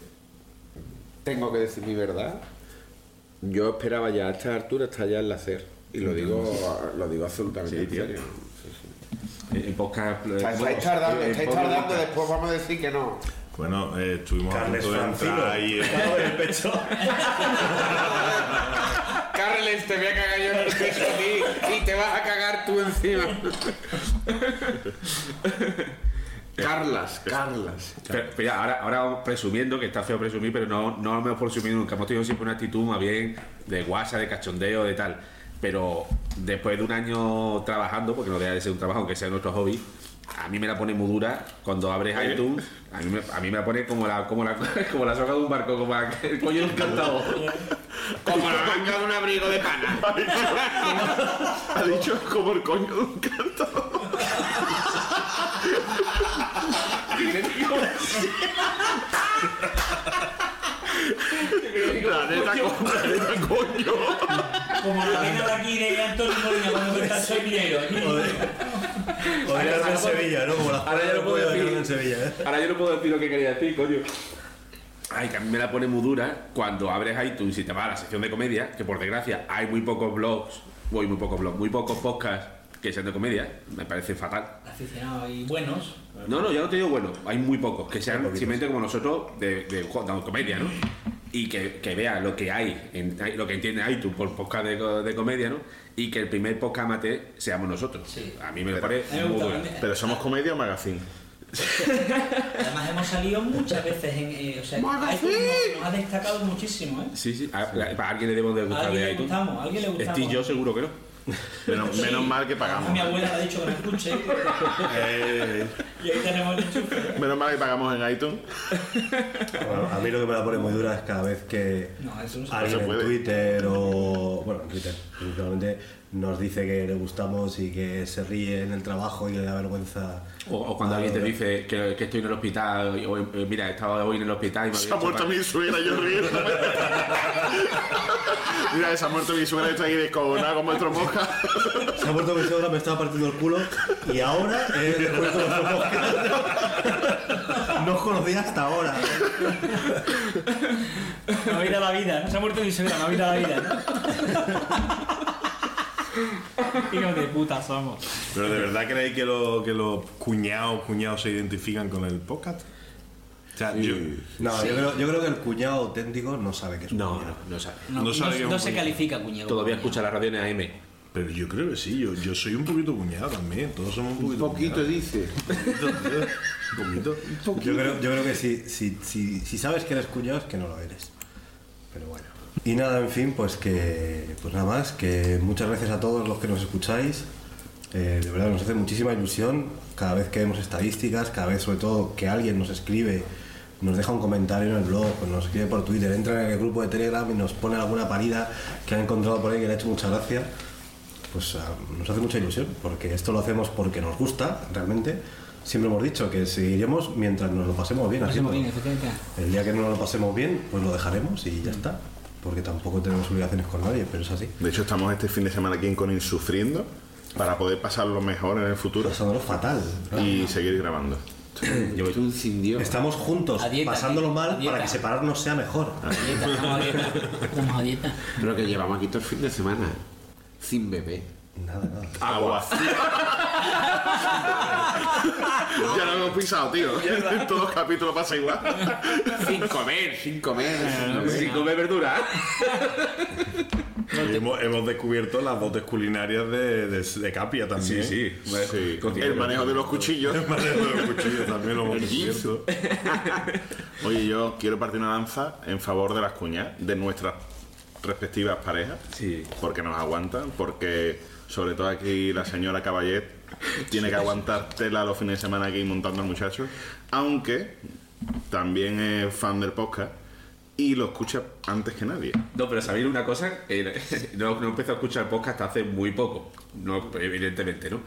Speaker 13: tengo que decir mi verdad. Yo esperaba ya a esta altura estar ya en la CER. Y lo digo, lo digo absolutamente en serio.
Speaker 7: El podcast.
Speaker 13: Estáis tardando, estáis tardando, después vamos a decir que no.
Speaker 4: Bueno, eh, estuvimos a
Speaker 13: Carles
Speaker 4: punto de entrar
Speaker 13: Francino.
Speaker 4: ahí. en-
Speaker 13: Cago en el
Speaker 3: pecho.
Speaker 13: Carles, te voy a cagar yo en el pecho a ti y te vas a cagar tú encima. Carlas, Carlas.
Speaker 7: Pero, pero ya, ahora, ahora vamos presumiendo, que está feo presumir, pero no, no hemos presumido nunca. Hemos tenido siempre una actitud más bien de guasa, de cachondeo, de tal. Pero después de un año trabajando, porque no deja de ser un trabajo, aunque sea nuestro hobby, a mí me la pone muy dura cuando abres
Speaker 13: ¿Eh?
Speaker 6: Oye.
Speaker 7: iTunes. A mí, me, a mí me la pone como la, como la, como la soga de un barco, como la- el cuello de un cantador.
Speaker 13: Como la manga de un abrigo de pana.
Speaker 6: Ha dicho como el coño de un cantador. La neta, co- la neta, coño.
Speaker 5: Como la pena de aquí de Antonio Molina cuando canta Soy Minero.
Speaker 3: O de Carmen Sevilla, ¿no? Como la
Speaker 7: Ahora ya lo puedo
Speaker 3: de
Speaker 7: decir.
Speaker 3: Carmen Sevilla, ¿eh?
Speaker 7: Ahora yo no puedo decir lo que quería decir, coño. Ay, que a mí me la pone muy dura cuando abres iTunes y te vas a la sección de comedia, que por desgracia hay muy pocos blogs, voy muy pocos blogs, muy pocos podcasts que sean de comedia, me parece fatal.
Speaker 5: Aficionados y buenos.
Speaker 7: No, no, ya no te digo bueno, hay muy pocos que sean simplemente como nosotros de, de, jo- de comedia, ¿no? Y que, que vea lo que hay, en- lo que entiende iTunes por podcast de, co- de comedia, ¿no? Y que el primer podcast mate seamos nosotros. A mí me parece muy dura.
Speaker 6: Pero somos comedia o magazine.
Speaker 5: Además hemos salido muchas veces en... eh, o sea, iTunes nos, nos ha destacado muchísimo, ¿eh?
Speaker 7: Sí, sí, a, la- a alguien le debemos de
Speaker 5: A
Speaker 7: gustar
Speaker 5: alguien le
Speaker 7: de iTunes.
Speaker 5: gustamos, a alguien le gustamos.
Speaker 7: Estoy yo seguro que no.
Speaker 6: Menos,
Speaker 5: Sí. menos
Speaker 6: mal que
Speaker 5: A mi abuela me ha dicho que me escuche.
Speaker 7: Eh.
Speaker 5: y ahí tenemos el enchufe.
Speaker 6: Menos mal que pagamos en iTunes.
Speaker 3: Bueno, a mí lo que me la pone muy dura es cada vez que
Speaker 5: No, eso no se
Speaker 3: alguien
Speaker 5: puede.
Speaker 3: en Twitter o. Bueno, en Twitter, principalmente, nos dice que le gustamos y que se ríe en el trabajo y que le da vergüenza.
Speaker 7: O, o cuando
Speaker 3: Ah,
Speaker 7: alguien te
Speaker 3: no.
Speaker 7: dice que, que estoy en el hospital, o eh, mira, he estado hoy en el hospital y me
Speaker 6: Se
Speaker 7: había
Speaker 6: ha muerto
Speaker 7: hecho
Speaker 6: mi suegra, yo río. Mira, se ha muerto mi suegra y está ahí descojonada como el tromoja.
Speaker 3: Se ha puesto mi suegra, me estaba partiendo el culo y ahora eh, después de nuestro podcast, No os conocía hasta ahora.
Speaker 5: No vida la vida, ¿no? Se ha muerto mi suegra, no vida la vida, ¿no? Hijos de puta somos.
Speaker 4: Pero de verdad creéis que, lo- que los cuñados cuñados se identifican con el podcast. O sea, yo,
Speaker 3: No, yo, creo, yo creo que el cuñado auténtico no sabe que es un no, cuñado.
Speaker 7: No, sabe.
Speaker 4: No No sabe no- que es no un se cuñado.
Speaker 5: califica cuñado.
Speaker 7: Todavía escucha la radio en AM.
Speaker 4: Pero yo creo que sí, yo, yo soy un poquito cuñado también, todos somos un poquito
Speaker 13: poquito,
Speaker 4: dice. Un poquito.
Speaker 3: Yo creo, yo creo que si, si, si, si sabes que eres cuñado es que no lo eres. Pero bueno. Y nada, en fin, pues que pues nada más, que muchas gracias a todos los que nos escucháis. Eh, de verdad nos hace muchísima ilusión cada vez que vemos estadísticas, cada vez sobre todo que alguien nos escribe, nos deja un comentario en el blog, o nos escribe por Twitter, entra en el grupo de Telegram y nos pone alguna parida que ha encontrado por ahí que le ha hecho mucha gracia. Pues ah, nos hace mucha ilusión, porque esto lo hacemos porque nos gusta, realmente. Siempre hemos dicho que seguiremos mientras nos lo pasemos bien.
Speaker 5: Pasemos
Speaker 3: haciéndolo.
Speaker 5: bien, efectivamente.
Speaker 3: El día que no lo pasemos bien, pues lo dejaremos y ya está. Porque tampoco tenemos obligaciones con nadie, pero es así.
Speaker 6: De hecho, estamos este fin de semana aquí en Conin sufriendo para poder pasarlo mejor en el futuro.
Speaker 3: Pasándolo fatal.
Speaker 6: Y seguir grabando.
Speaker 3: Estamos juntos,
Speaker 6: A dieta,
Speaker 3: pasándolo mal
Speaker 6: dieta.
Speaker 3: para que separarnos sea mejor.
Speaker 4: Ah.
Speaker 5: Estamos a dieta.
Speaker 13: Pero que llevamos aquí todo el fin de semana. Sin bebé.
Speaker 3: Nada, nada.
Speaker 6: Agua. ya lo hemos pisado, tío. En todos los capítulos pasa igual.
Speaker 13: Sin comer, sin
Speaker 4: no,
Speaker 13: comer.
Speaker 4: no,
Speaker 13: Sin
Speaker 4: no.
Speaker 13: comer verdura.
Speaker 4: Y hemos, hemos descubierto las dotes culinarias de, de, de Capia también.
Speaker 7: Sí, sí.
Speaker 4: Sí.
Speaker 6: Pues, El manejo de los cuchillos.
Speaker 4: El manejo de los cuchillos también lo hemos
Speaker 6: El
Speaker 4: descubierto.
Speaker 6: Oye, yo quiero partir una lanza en favor de las cuñas, de nuestras respectivas parejas.
Speaker 7: Sí.
Speaker 6: Porque nos aguantan, porque sobre todo aquí la señora Caballet tiene que aguantar tela los fines de semana aquí montando al muchacho. Aunque también es fan del podcast y lo escucha antes que nadie.
Speaker 7: No, pero sabéis una cosa, Eh, no, no empecé a escuchar podcast hasta hace muy poco, no, evidentemente, ¿no?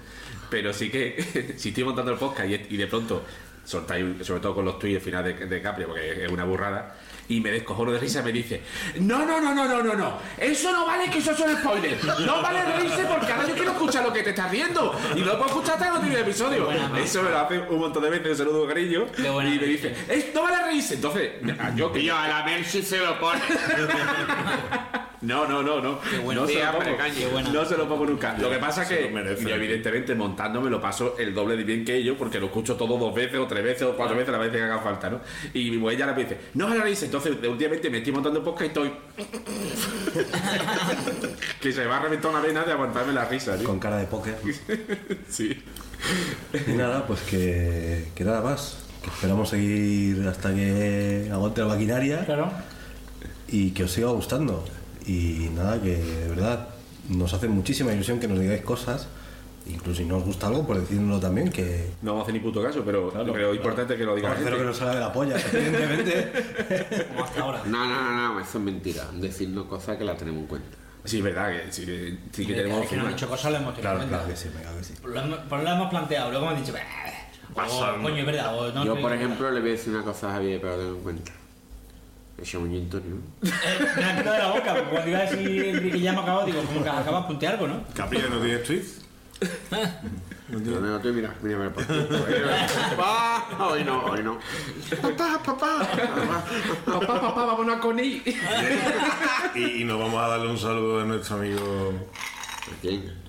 Speaker 7: Pero sí que si estoy montando el podcast y, y de pronto soltáis, un- sobre todo con los tweets finales de, de Capri, porque es una burrada. Y me descojono de risa y me dice: No, no, no, no, no, no, no. Eso no vale, que eso son spoilers. No vale reírse porque ahora yo quiero escuchar lo que te estás viendo. Y no puedo escuchar hasta el otro episodio. Eso me lo hace un montón de veces. Un saludo, cariño. Y me dice: "Es- No vale reírse. Entonces, yo que. a la Mercy se lo pone. No, no, no, no.
Speaker 14: buen
Speaker 7: no,
Speaker 14: día,
Speaker 7: se lo
Speaker 14: hombre,
Speaker 7: pongo.
Speaker 14: caño. Qué buena.
Speaker 7: no se lo pongo nunca. Lo que pasa es
Speaker 14: Se
Speaker 7: que yo, evidentemente, montando me lo paso el doble de bien que ellos, porque lo escucho todo dos veces, o tres veces, o cuatro veces, la vez que haga falta, ¿no? Y mi mujer ya la dice, no me lo dice. Entonces, de- últimamente me estoy montando podcast y estoy. que se me va a reventar una vena de aguantarme la risa, tío.
Speaker 3: Con cara de póker.
Speaker 7: sí.
Speaker 3: Y nada, pues que, que nada más. Que esperamos seguir hasta que aguante la maquinaria.
Speaker 5: Claro.
Speaker 3: Y que os siga gustando. Y nada, que de verdad nos hace muchísima ilusión que nos digáis cosas. Incluso si no os gusta algo, pues decírnoslo también. Que
Speaker 7: No vamos a hacer ni puto caso, pero creo importante que lo diga.
Speaker 3: Vamos a hacer lo que nos salga de la polla.
Speaker 13: No, no, no, no, eso es mentira. Decirnos cosas que las tenemos en cuenta.
Speaker 7: Sí, es verdad, que sí que, sí
Speaker 5: que tenemos Es que no firma. han hecho cosas, lo hemos tenido en cuenta.
Speaker 3: sí, venga, que sí.
Speaker 5: Por lo, hemos- por lo hemos planteado, luego hemos dicho, "Bah, o, coño, es verdad, o no.
Speaker 13: Yo,
Speaker 5: no,
Speaker 13: por
Speaker 5: no,
Speaker 13: ejemplo, le voy a decir una cosa a Javier para que tenga en cuenta. Echamos un gin tonic, ¿no?
Speaker 5: Eh, Me han quitado de la boca, porque cuando iba a decir Enrique ya me ha acabado, digo, como que acabas de puntear algo, ¿no?
Speaker 4: Capilla, ¿no tienes tweets?
Speaker 13: Yo no estoy, mira, mira, mira. por favor. Ah, Hoy no, hoy no. Papá, papá.
Speaker 7: Papá, papá, vámonos a Coney.
Speaker 4: Y, y nos vamos a darle un saludo a nuestro amigo.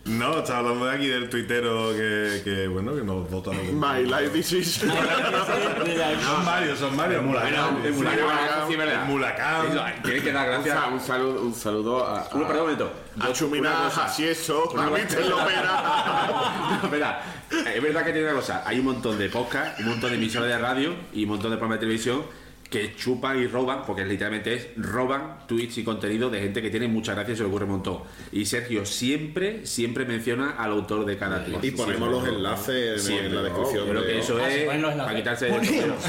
Speaker 4: No, está hablando de aquí del tuitero que, que bueno, que nos vota.
Speaker 6: My life decision.
Speaker 4: son varios, son varios.
Speaker 13: Bueno, sí,
Speaker 4: Es Mulacán.
Speaker 13: Mulacán, sí, verdad.
Speaker 4: es Mulacán.
Speaker 7: Tiene que dar gracias.
Speaker 13: Un saludo, un saludo a.
Speaker 7: Uno, perdón, un momento.
Speaker 13: A
Speaker 7: Una cosa.
Speaker 6: así eso.
Speaker 7: Una
Speaker 6: A mí
Speaker 7: cosa.
Speaker 6: te lo
Speaker 7: No, espera. es verdad que tiene una cosa. Hay un montón de podcasts, un montón de emisoras de radio y un montón de programas de televisión que chupan y roban, porque literalmente es roban tweets y contenido de gente que tiene mucha gracia y se le ocurre un montón. Y Sergio siempre, siempre menciona al autor de cada tweet.
Speaker 6: Y ponemos los enlaces en-
Speaker 7: Siempre.
Speaker 6: en la descripción
Speaker 7: Yo creo
Speaker 6: de-
Speaker 7: que eso
Speaker 6: Ah, se
Speaker 7: es
Speaker 6: ponen los enlaces.
Speaker 7: para quitarse el
Speaker 6: Ponemos.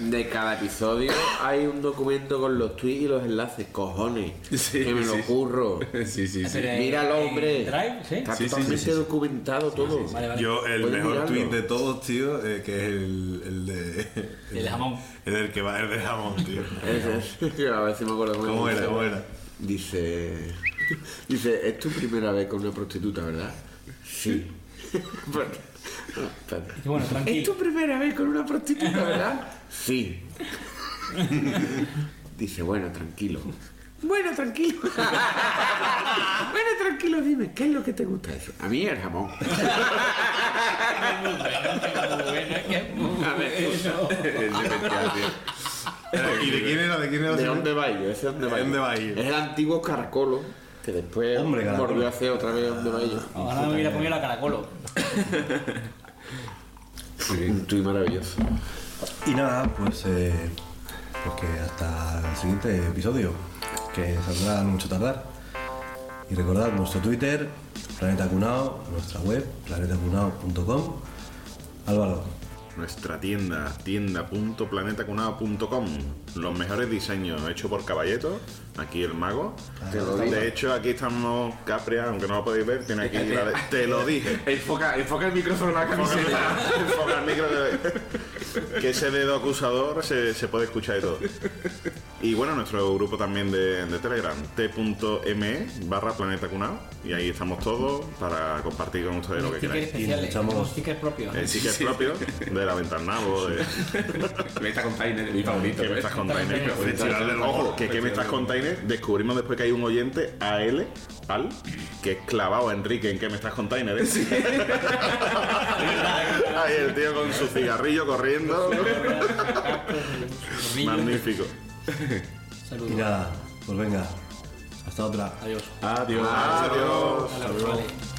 Speaker 13: De cada episodio hay un documento con los tweets y los enlaces, cojones. que me
Speaker 7: sí.
Speaker 13: lo curro.
Speaker 7: Sí, sí, sí.
Speaker 13: Mira al hombre. Está
Speaker 4: Sí, sí, sí,
Speaker 13: totalmente
Speaker 4: sí, sí.
Speaker 13: documentado todo.
Speaker 4: Yo, el
Speaker 13: Puedes
Speaker 4: mejor
Speaker 13: mirarlo.
Speaker 4: tweet de todos, tío, eh, que es el, el de.
Speaker 5: El de jamón.
Speaker 4: El del que va, el de jamón, tío.
Speaker 13: Ese, tío, a ver si me acuerdo
Speaker 4: ¿Cómo era?
Speaker 13: dice.
Speaker 4: ¿Cómo era?
Speaker 13: Dice. Dice, es tu primera vez con una prostituta, ¿verdad? Sí. Bueno, no, espera.
Speaker 5: bueno,
Speaker 13: Es tu primera vez con una prostituta, ¿verdad? Sí. Dice, bueno, tranquilo. Bueno, tranquilo. bueno, tranquilo, dime, ¿qué es lo que te gusta? Dice, A mí el jamón.
Speaker 4: ¿Y de quién era? ¿De quién era?
Speaker 13: De
Speaker 4: ese
Speaker 13: dónde
Speaker 4: tweet?
Speaker 13: Bayo, ese Onde Bayo.
Speaker 4: Onde Bayo.
Speaker 13: Es el antiguo caracolo que después
Speaker 4: Hombre, Caracolo.
Speaker 13: volvió a hacer otra vez Onde Bayo.
Speaker 5: Ahora me hubiera comido la caracolo.
Speaker 13: Un tuit maravilloso.
Speaker 3: Y nada, pues, eh, pues que hasta el siguiente episodio, que saldrá no mucho tardar. Y recordad nuestro Twitter, Planeta Cunao, nuestra web, planetacunao.com. Álvaro,
Speaker 6: Nuestra tienda, tienda.planetacunado.com. Los mejores diseños hechos por Caballeto, aquí el mago.
Speaker 13: Te lo
Speaker 6: de
Speaker 13: dije.
Speaker 6: hecho, aquí estamos Capria, aunque no lo podéis ver, tiene aquí la de- Te lo dije.
Speaker 7: Enfoca, enfoca el micrófono en la camiseta.
Speaker 6: Enfoca el micro que, que ese dedo acusador se, se puede escuchar de todo. Y bueno, nuestro grupo también de, de Telegram, t.me barra planeta Cunao. Y ahí estamos todos para compartir con ustedes lo que
Speaker 5: Stickers
Speaker 6: queráis.
Speaker 5: especiales, tenemos stickers propios.
Speaker 6: El sí que es propio de la ventanabo, de.
Speaker 7: Meta Container, mi favorito.
Speaker 6: ¿Qué me estás container? Festival del- Ojo, que ¿qué me estás container? Descubrimos después que hay un oyente, AL, Al, que es clavado a Enrique en ¿Qué me estás container? ¿eh? Ahí el tío con su cigarrillo corriendo. Magnífico.
Speaker 3: y nada, pues venga, hasta otra.
Speaker 5: Adiós.
Speaker 6: Adiós.
Speaker 3: Adiós.
Speaker 6: Adiós.
Speaker 3: Hasta luego.